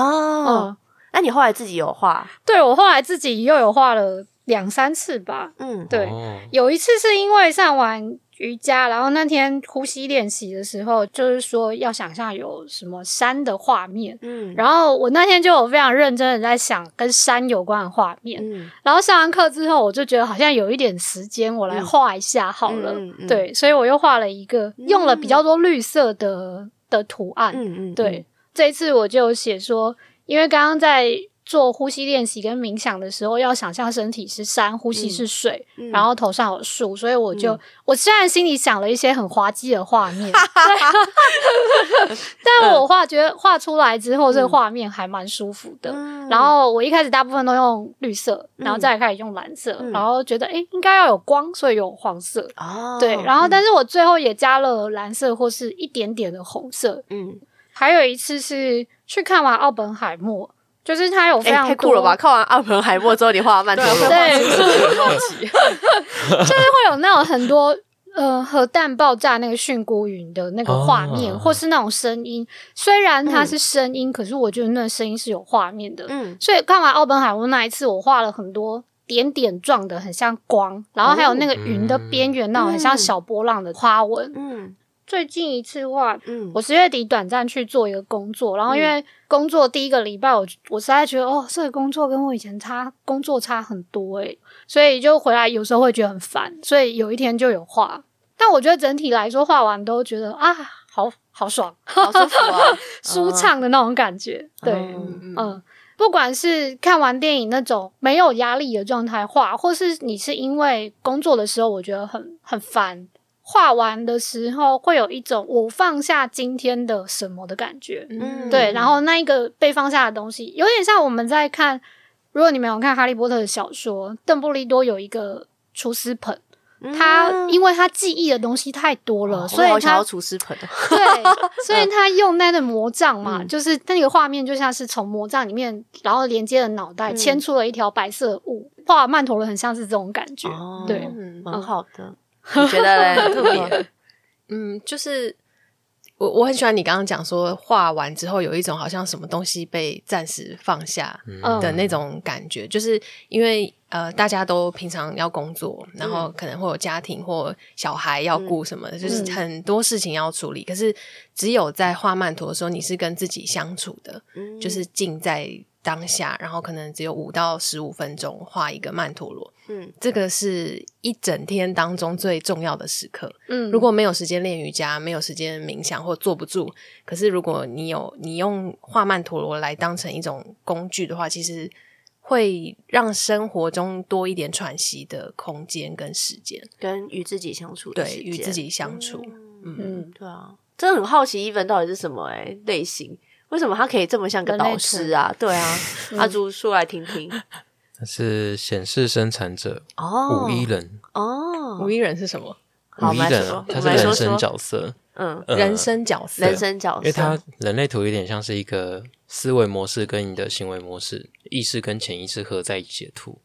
[SPEAKER 3] 嗯，，
[SPEAKER 1] 那你后来自己有画，
[SPEAKER 3] 对我后来自己又有画了两三次吧，
[SPEAKER 1] 嗯，
[SPEAKER 3] 对。
[SPEAKER 4] 哦
[SPEAKER 3] 有一次是因为上完瑜伽，然后那天呼吸练习的时候，就是说要想象有什么山的画面。
[SPEAKER 1] 嗯，
[SPEAKER 3] 然后我那天就有非常认真的在想跟山有关的画面，
[SPEAKER 1] 嗯，
[SPEAKER 3] 然后上完课之后，我就觉得好像有一点时间，我来画一下好了。
[SPEAKER 1] 嗯嗯嗯嗯
[SPEAKER 3] 对，所以我又画了一个，用了比较多绿色的的图案。
[SPEAKER 1] 嗯嗯，
[SPEAKER 3] 对，这一次我就有写说，因为刚刚在做呼吸练习跟冥想的时候，要想象身体是山，呼吸是水，
[SPEAKER 1] 嗯
[SPEAKER 3] 然后头上有树，所以我就、我虽然心里想了一些很滑稽的画面，对
[SPEAKER 1] 嗯
[SPEAKER 3] 但我画觉得画出来之后，这个画面还蛮舒服的。
[SPEAKER 1] 嗯
[SPEAKER 3] 然后我一开始大部分都用绿色，然后
[SPEAKER 1] 嗯
[SPEAKER 3] 再开始用蓝色，
[SPEAKER 1] 嗯
[SPEAKER 3] 然后觉得诶应该要有光，所以有黄色。
[SPEAKER 1] 哦，
[SPEAKER 3] 对，然后
[SPEAKER 1] 嗯
[SPEAKER 3] 但是我最后也加了蓝色或是一点点的红色，
[SPEAKER 1] 嗯，
[SPEAKER 3] 还有一次是去看完奥本海默，就是他有非
[SPEAKER 1] 哎，
[SPEAKER 3] 常多、
[SPEAKER 1] 太酷了吧！看完《奥本海默》之后，你画曼陀罗，
[SPEAKER 3] 对，
[SPEAKER 2] 很好奇，
[SPEAKER 3] 就是会有那种很多呃核弹爆炸那个蕈菇云的那个画面，
[SPEAKER 4] 哦
[SPEAKER 3] 或是那种声音。虽然它是声音，可是我觉得那个声音是有画面的。
[SPEAKER 1] 嗯，
[SPEAKER 3] 所以看完奥本海默那一次，我画了很多。点点状的很像光，然后还有那个云的边缘，那种很像小波浪的花纹。
[SPEAKER 1] 嗯
[SPEAKER 3] 最近一次画
[SPEAKER 1] 嗯，
[SPEAKER 3] 我十月底短暂去做一个工作，然后因为工作第一个礼拜我，我实在觉得哦，这个工作跟我以前差工作差很多诶、欸所以就回来有时候会觉得很烦，所以有一天就有画，但我觉得整体来说画完都觉得啊，好好爽，
[SPEAKER 1] 好舒服啊，
[SPEAKER 3] 舒畅的那种感觉，对，
[SPEAKER 1] 嗯
[SPEAKER 2] 嗯嗯
[SPEAKER 3] 嗯，不管是看完电影那种没有压力的状态画，或是你是因为工作的时候，我觉得很很烦。画完的时候会有一种我放下今天的什么的感觉，
[SPEAKER 1] 嗯
[SPEAKER 3] 对，然后那一个被放下的东西，有点像我们在看，如果你们有看《哈利波特》的小说，邓布利多有一个厨师盆，
[SPEAKER 1] 嗯
[SPEAKER 3] 他因为他记忆的东西太多了，
[SPEAKER 1] 哦
[SPEAKER 3] 所以
[SPEAKER 1] 我好想
[SPEAKER 3] 他
[SPEAKER 1] 要厨师 盆哦，
[SPEAKER 3] 对，所以他用那个魔杖嘛，
[SPEAKER 1] 嗯
[SPEAKER 3] 就是那个画面就像是从魔杖里面，然后连接了脑袋，
[SPEAKER 1] 嗯
[SPEAKER 3] 牵出了一条白色的雾。画曼陀罗很像是这种感觉，
[SPEAKER 1] 哦
[SPEAKER 3] 对
[SPEAKER 2] 嗯
[SPEAKER 1] 蛮好的，你觉得嘞？
[SPEAKER 2] 特别， 嗯，就是我我很喜欢你刚刚讲说画完之后有一种好像什么东西被暂时放下
[SPEAKER 3] 嗯
[SPEAKER 2] 的那种感觉，就是因为呃大家都平常要工作，然后可能会有家庭或小孩要顾什么的，就是很多事情要处理。可是只有在画曼陀的时候，你是跟自己相处的，
[SPEAKER 1] 嗯
[SPEAKER 2] 就是静在当下，然后可能只有五到十五分钟画一个曼陀罗。
[SPEAKER 1] 嗯
[SPEAKER 2] 这个是一整天当中最重要的时刻。
[SPEAKER 3] 嗯，
[SPEAKER 2] 如果没有时间练瑜伽，没有时间冥想或坐不住，可是如果你有你用画曼陀罗来当成一种工具的话，其实会让生活中多一点喘息的空间跟时间，
[SPEAKER 1] 跟与自己相处的
[SPEAKER 2] 对，
[SPEAKER 1] 时
[SPEAKER 2] 与
[SPEAKER 1] 间
[SPEAKER 2] 自己相处。嗯，
[SPEAKER 3] 嗯，
[SPEAKER 1] 对啊，真的很好奇伊文到底是什么哎、类型？为什么他可以这么像个导师啊？对 啊，阿朱说来听听。
[SPEAKER 4] 他是显示生产者
[SPEAKER 1] 哦，
[SPEAKER 4] 五一人，
[SPEAKER 1] 哦
[SPEAKER 2] 五，一人是什么？
[SPEAKER 1] 好
[SPEAKER 4] 五
[SPEAKER 1] 我
[SPEAKER 4] 一
[SPEAKER 1] 们来
[SPEAKER 4] 人
[SPEAKER 1] 说
[SPEAKER 4] 啊
[SPEAKER 1] 说，
[SPEAKER 4] 他
[SPEAKER 1] 我
[SPEAKER 4] 是
[SPEAKER 1] 们来
[SPEAKER 4] 人
[SPEAKER 1] 说说
[SPEAKER 4] 生角色，
[SPEAKER 1] 嗯，
[SPEAKER 4] 呃
[SPEAKER 2] 人生角色，
[SPEAKER 1] 人生角色，
[SPEAKER 4] 因为它人类图有点像是一个思维模式跟你的行为模式、意识跟潜意识合在一起的图。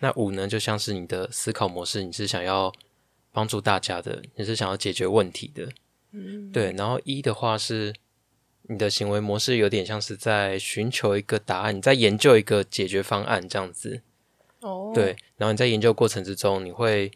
[SPEAKER 4] 那五呢，就像是你的思考模式，你是想要帮助大家的，你是想要解决问题的，嗯，对。然后一的话是你的行为模式，有点像是在寻求一个答案，你在研究一个解决方案这样子，
[SPEAKER 2] 哦，
[SPEAKER 4] 对。然后你在研究过程之中，你会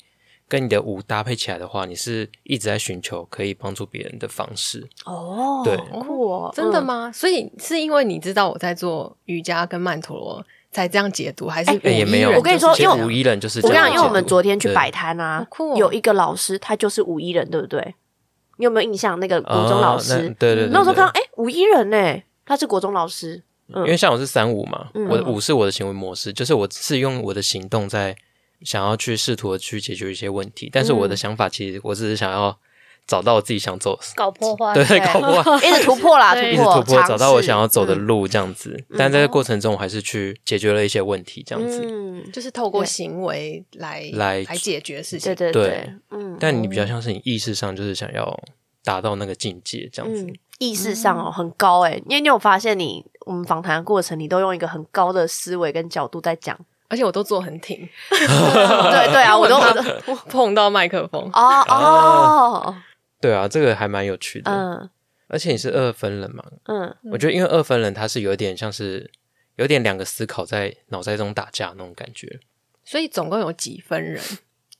[SPEAKER 4] 跟你的五搭配起来的话，你是一直在寻求可以帮助别人的方式，
[SPEAKER 1] 哦，
[SPEAKER 4] 对
[SPEAKER 1] 酷哦，
[SPEAKER 2] 真的
[SPEAKER 1] 嗯？
[SPEAKER 2] 吗？所以是因为你知道我在做瑜伽跟曼陀罗才这样解读，还是
[SPEAKER 4] 哎、也没有，
[SPEAKER 1] 我跟你说
[SPEAKER 4] 其实
[SPEAKER 1] 哦因为我
[SPEAKER 4] 五一人就是
[SPEAKER 1] 我跟你
[SPEAKER 4] 这样
[SPEAKER 1] 讲，
[SPEAKER 4] 的
[SPEAKER 1] 因为我们
[SPEAKER 4] 解读
[SPEAKER 1] 昨天去
[SPEAKER 4] 对
[SPEAKER 1] 摆摊啊
[SPEAKER 2] 好，酷哦
[SPEAKER 1] 有一个老师他就是五一人，对不对？你有没有印象那个国中老
[SPEAKER 4] 哦那
[SPEAKER 1] 师？
[SPEAKER 4] 对对对
[SPEAKER 1] 那时候
[SPEAKER 4] 对
[SPEAKER 1] 看到哎，五一人呢，他是国中老 师，嗯
[SPEAKER 4] 因为像我是三五嘛，
[SPEAKER 1] 嗯
[SPEAKER 4] 我的五是我的行为模式，就是我是用我的行动在想要去试图地去解决一些问题，但是
[SPEAKER 1] 嗯
[SPEAKER 4] 我的想法其实我只是想要找到我自己想走，
[SPEAKER 3] 搞破坏，
[SPEAKER 4] 对，
[SPEAKER 1] 对
[SPEAKER 4] 搞不 好
[SPEAKER 1] 一直突破啦，
[SPEAKER 3] 对
[SPEAKER 4] 一直突破，
[SPEAKER 1] 尝
[SPEAKER 4] 找到我
[SPEAKER 1] 试
[SPEAKER 4] 想要走的
[SPEAKER 1] 嗯
[SPEAKER 4] 路这样子。但在这过程中，我还是去解决了一些问题这样子。
[SPEAKER 1] 嗯，
[SPEAKER 2] 就是透过
[SPEAKER 1] 对
[SPEAKER 2] 行为来
[SPEAKER 4] 来
[SPEAKER 2] 来解决事
[SPEAKER 1] 对？
[SPEAKER 2] 情
[SPEAKER 1] 对
[SPEAKER 4] 对
[SPEAKER 1] 对，嗯，
[SPEAKER 4] 但你比较像是你意识上就是想要达到那个境界这样子。
[SPEAKER 1] 嗯，意识上哦很高哎，因为你有发现你我们访谈的过程，你都用一个很高的思维跟角度在讲，
[SPEAKER 2] 而且我都坐很挺，
[SPEAKER 1] 对对啊，我都我都
[SPEAKER 2] 我碰到麦克风，
[SPEAKER 1] 哦哦，
[SPEAKER 4] 对啊，这个还蛮有趣的。
[SPEAKER 1] 嗯
[SPEAKER 4] 而且你是二分人嘛，
[SPEAKER 1] 嗯
[SPEAKER 4] 我觉得因为二分人他是有点像是有点两个思考在脑袋中打架那种感觉，
[SPEAKER 2] 所以总共有几分人？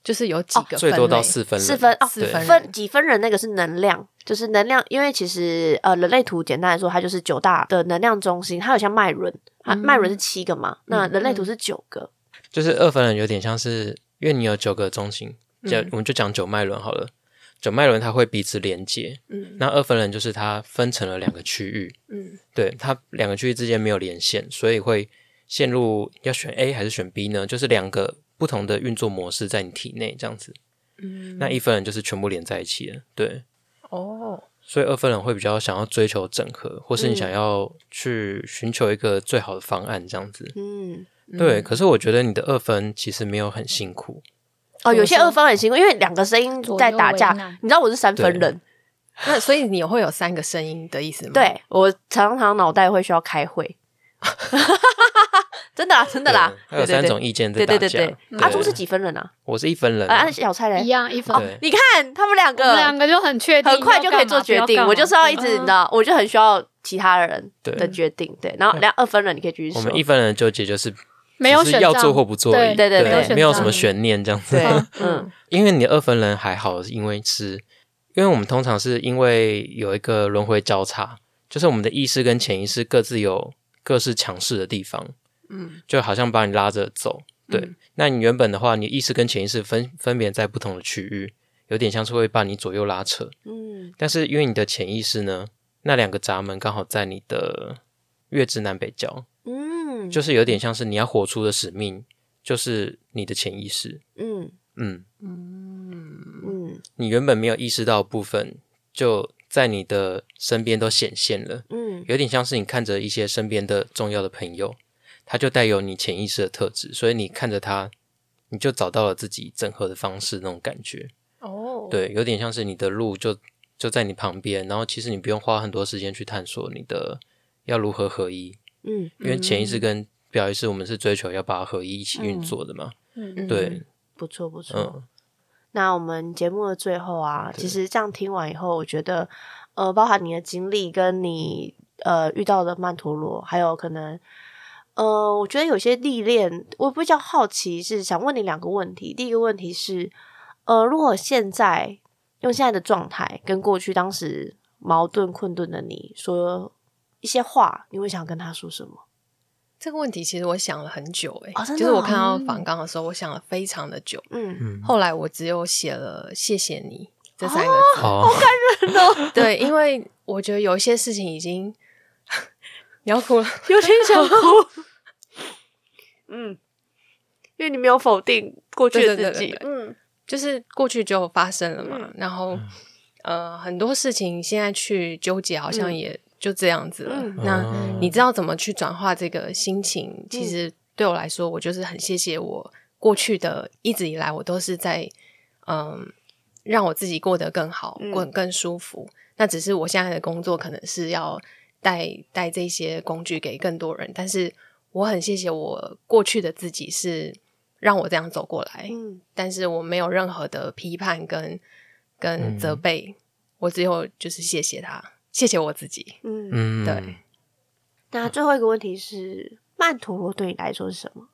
[SPEAKER 2] 就是有几个
[SPEAKER 4] 哦最多
[SPEAKER 2] 分
[SPEAKER 4] 到
[SPEAKER 2] 类
[SPEAKER 4] 四分人，
[SPEAKER 1] 四分哦，
[SPEAKER 2] 四分人
[SPEAKER 1] 分几分人那个是能量，就是能量，因为其实呃，人类图简单来说，它就是九大的能量中心，它有像脉轮，它脉轮是七个嘛，那人类图是九个，
[SPEAKER 4] 就是二分人有点像是，因为你有九个中心，
[SPEAKER 2] 嗯
[SPEAKER 4] 就、我们就讲九脉轮好了。九脉轮它会彼此连接，
[SPEAKER 2] 嗯
[SPEAKER 4] 那二分人就是它分成了两个区域，
[SPEAKER 2] 嗯，
[SPEAKER 4] 对，它两个区域之间没有连线，所以会陷入要选 A 还是选 B 呢？就是两个不同的运作模式在你体内这样子。嗯，那一分人就是全部连在一起了，对，
[SPEAKER 2] 哦，
[SPEAKER 4] 所以二分人会比较想要追求整合，或是你
[SPEAKER 1] 嗯
[SPEAKER 4] 想要去寻求一个最好的方案这样子。
[SPEAKER 1] 嗯。
[SPEAKER 4] 对，可是我觉得你的二分其实没有很辛苦，
[SPEAKER 1] 哦，有些
[SPEAKER 3] 怎么说
[SPEAKER 1] 二分很辛苦，因为两个声音在打架
[SPEAKER 3] 左右为难。
[SPEAKER 1] 你知道我是三分人，
[SPEAKER 2] 那所以你会有三个声音的意思吗？
[SPEAKER 1] 对，我常常脑袋会需要开会，真的啦，真的啦
[SPEAKER 4] 对，还
[SPEAKER 1] 对
[SPEAKER 4] 有
[SPEAKER 1] 对
[SPEAKER 4] 三
[SPEAKER 1] 对
[SPEAKER 4] 种意见在
[SPEAKER 1] 对
[SPEAKER 4] 打
[SPEAKER 1] 对
[SPEAKER 4] 架。
[SPEAKER 1] 对对。阿朱是几分人啊？
[SPEAKER 4] 我是一分人
[SPEAKER 1] 啊，
[SPEAKER 4] 啊、
[SPEAKER 1] 啊小蔡
[SPEAKER 3] 一
[SPEAKER 1] 嘞？
[SPEAKER 3] 样一分，
[SPEAKER 4] 对，
[SPEAKER 1] 你看他们两
[SPEAKER 3] 我们
[SPEAKER 1] 个
[SPEAKER 3] 两，个就很确定，
[SPEAKER 1] 很快就可以做决定。我就是要一直，你
[SPEAKER 3] 嗯
[SPEAKER 1] 知道，我就很需要其他人
[SPEAKER 4] 对
[SPEAKER 1] 的决定。对，然后两二分人你可以继续
[SPEAKER 4] 我
[SPEAKER 1] 说
[SPEAKER 4] 们。一分人的纠结就是
[SPEAKER 3] 嗯没有
[SPEAKER 4] 只
[SPEAKER 3] 选
[SPEAKER 4] 是
[SPEAKER 3] 上
[SPEAKER 4] 要做或不做而已，
[SPEAKER 1] 对对对
[SPEAKER 4] 对
[SPEAKER 1] 对
[SPEAKER 4] 没有什么悬念这样子
[SPEAKER 1] 对。，嗯
[SPEAKER 2] 嗯，
[SPEAKER 4] 因为你的二分人还好，因为是，因为我们通常是因为有一个轮回交叉，就是我们的意识跟潜意识各自有各自强势的地方，嗯，就好像把你拉着走。对，那你原本的话，你意识跟潜意识分分别在不同的区域，有点像是会把你左右拉扯。
[SPEAKER 1] 嗯
[SPEAKER 4] 但是因为你的潜意识呢，那两个闸门刚好在你的月之南北交，
[SPEAKER 1] 嗯，
[SPEAKER 4] 就是有点像是你要活出的使命，就是你的潜意识。
[SPEAKER 1] 嗯
[SPEAKER 4] 嗯，
[SPEAKER 1] 嗯
[SPEAKER 4] 你原本没有意识到的部分，就在你的身边都显现了，
[SPEAKER 1] 嗯
[SPEAKER 4] 有点像是你看着一些身边的重要的朋友，他就带有你潜意识的特质，所以你看着他。你就找到了自己整合的方式，那种感觉，
[SPEAKER 2] 哦，
[SPEAKER 4] 对，有点像是你的路就就在你旁边，然后其实你不用花很多时间去探索你的要如何合一，
[SPEAKER 1] 嗯，
[SPEAKER 4] 因为潜意识跟表意识，我们是追求要把它合一一起运作的嘛。
[SPEAKER 2] 嗯
[SPEAKER 4] 对，
[SPEAKER 1] 不错不错。
[SPEAKER 4] 嗯，
[SPEAKER 1] 那我们节目的最后啊，其实这样听完以后，我觉得，呃，包含你的经历跟你呃遇到的曼陀罗，还有可能，呃，我觉得有些历练，我比较好奇是想问你两个问题。第一个问题是，呃，如果现在用现在的状态跟过去当时矛盾困顿的你说一些话，你会想跟他说什么？
[SPEAKER 2] 这个问题其实我想了很久、欸，
[SPEAKER 1] 哦真的
[SPEAKER 2] 就是我
[SPEAKER 1] 哦
[SPEAKER 2] 看到访纲的时候，我想了非常的久，
[SPEAKER 1] 嗯，
[SPEAKER 2] 后来我只有写了“谢谢你”这三个字。
[SPEAKER 4] 好，
[SPEAKER 2] 对，因为我觉得有一些事情已经 你要哭了，
[SPEAKER 1] 有点想哭。 嗯，因为你没有否定过去的自己
[SPEAKER 2] 对对对对。
[SPEAKER 1] 嗯
[SPEAKER 2] 就是过去就发生了嘛，然后呃很多事情现在去纠结，好像也就这样子了。
[SPEAKER 1] 嗯
[SPEAKER 2] 那
[SPEAKER 4] 嗯
[SPEAKER 2] 你知道怎么去转化这个心情？
[SPEAKER 1] 嗯
[SPEAKER 2] 其实对我来说，我就是很谢谢我过去的，一直以来我都是在嗯、让我自己过得更好
[SPEAKER 1] 嗯，
[SPEAKER 2] 过得更舒服。那只是我现在的工作可能是要带带这些工具给更多人，但是我很谢谢我过去的自己是让我这样走过来，
[SPEAKER 1] 嗯，
[SPEAKER 2] 但是我没有任何的批判跟跟
[SPEAKER 4] 嗯
[SPEAKER 2] 责备，我只有就是谢谢他，谢谢我自己。
[SPEAKER 1] 嗯嗯。
[SPEAKER 4] 嗯，
[SPEAKER 2] 对，
[SPEAKER 1] 那最后一个问题是，曼陀罗对你来说是什么？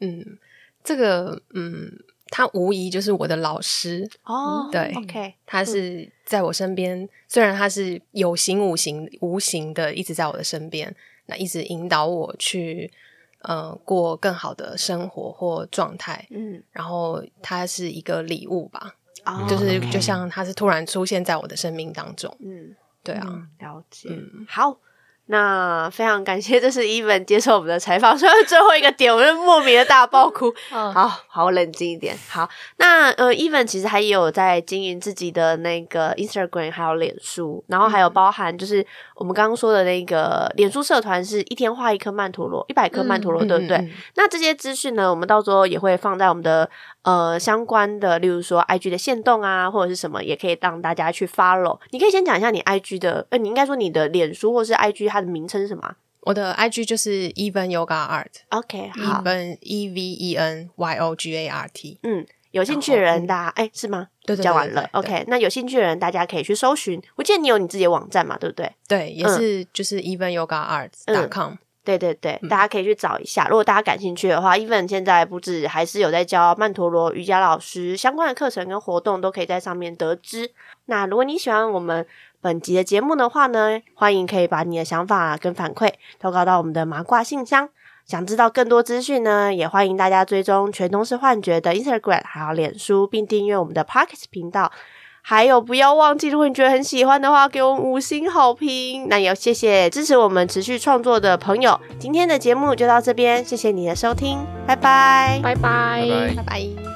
[SPEAKER 2] 嗯，这个嗯，他无疑就是我的老师，
[SPEAKER 1] 哦
[SPEAKER 2] 嗯对
[SPEAKER 1] ，OK，
[SPEAKER 2] 他是在我身边，虽然他是有形无形无形的一直在我的身边，那一直引导我去呃过更好的生活或状态。
[SPEAKER 1] 嗯，
[SPEAKER 2] 然后他是一个礼物吧，
[SPEAKER 1] 哦
[SPEAKER 2] 就是
[SPEAKER 4] 嗯
[SPEAKER 2] 就像他是突然出现在我的生命当中，
[SPEAKER 1] 嗯，
[SPEAKER 2] 对啊，
[SPEAKER 3] 嗯
[SPEAKER 1] 了解。
[SPEAKER 2] 嗯
[SPEAKER 1] 好，那非常感谢，这是 Even 接受我们的采访，所 以最后一个点，我就莫名的大爆哭。
[SPEAKER 3] 嗯，
[SPEAKER 1] 好好冷静一点。好，那呃，Even 其实还有在经营自己的那个 Instagram，还有脸书，然后还有
[SPEAKER 2] 嗯
[SPEAKER 1] 包含就是我们刚刚说的那个脸书社团是一天画一颗曼陀罗，一百颗曼陀罗，
[SPEAKER 2] 嗯
[SPEAKER 1] 对不对？
[SPEAKER 2] 嗯嗯
[SPEAKER 1] 那这些资讯呢，我们到时候也会放在我们的呃相关的，例如说 IG 的线动啊，或者是什么，也可以让大家去 follow。你可以先讲一下你 IG 的，呃，你应该说你的脸书或是 IG 它的名称是什么啊
[SPEAKER 2] 我的 IG 就是 Even Yoga
[SPEAKER 1] ？OK，好，
[SPEAKER 2] Art，Even E V E N Y O G A R T，
[SPEAKER 1] 有兴趣的
[SPEAKER 2] 然后
[SPEAKER 1] 人大家，哎、是吗？
[SPEAKER 2] 对对对
[SPEAKER 1] 讲完
[SPEAKER 2] 对
[SPEAKER 1] 了
[SPEAKER 2] 对
[SPEAKER 1] ，OK。那有兴趣的人，大家可以去搜寻。我记得你有你自己的网站嘛，对不对？
[SPEAKER 2] 对，也是就是 Even Yoga
[SPEAKER 1] 嗯
[SPEAKER 2] Art.com，
[SPEAKER 1] 对对对，
[SPEAKER 2] 嗯
[SPEAKER 1] 大家可以去找一下。如果大家感兴趣的话，Even 现在不止还是有在教曼陀罗瑜伽老师相关的课程跟活动，都可以在上面得知。那如果你喜欢我们本集的节目的话呢，欢迎可以把你的想法跟反馈投稿到我们的麻瓜信箱。想知道更多资讯呢，也欢迎大家追踪全都是幻觉的 Instagram 还有脸书，并订阅我们的 Pockets 频道。还有，不要忘记，如果你觉得很喜欢的话，给我们五星好评。那也要谢谢支持我们持续创作的朋友。今天的节目就到这边，谢谢你的收听，拜拜。
[SPEAKER 3] 拜拜
[SPEAKER 4] 拜
[SPEAKER 2] 拜
[SPEAKER 4] 拜
[SPEAKER 2] 拜。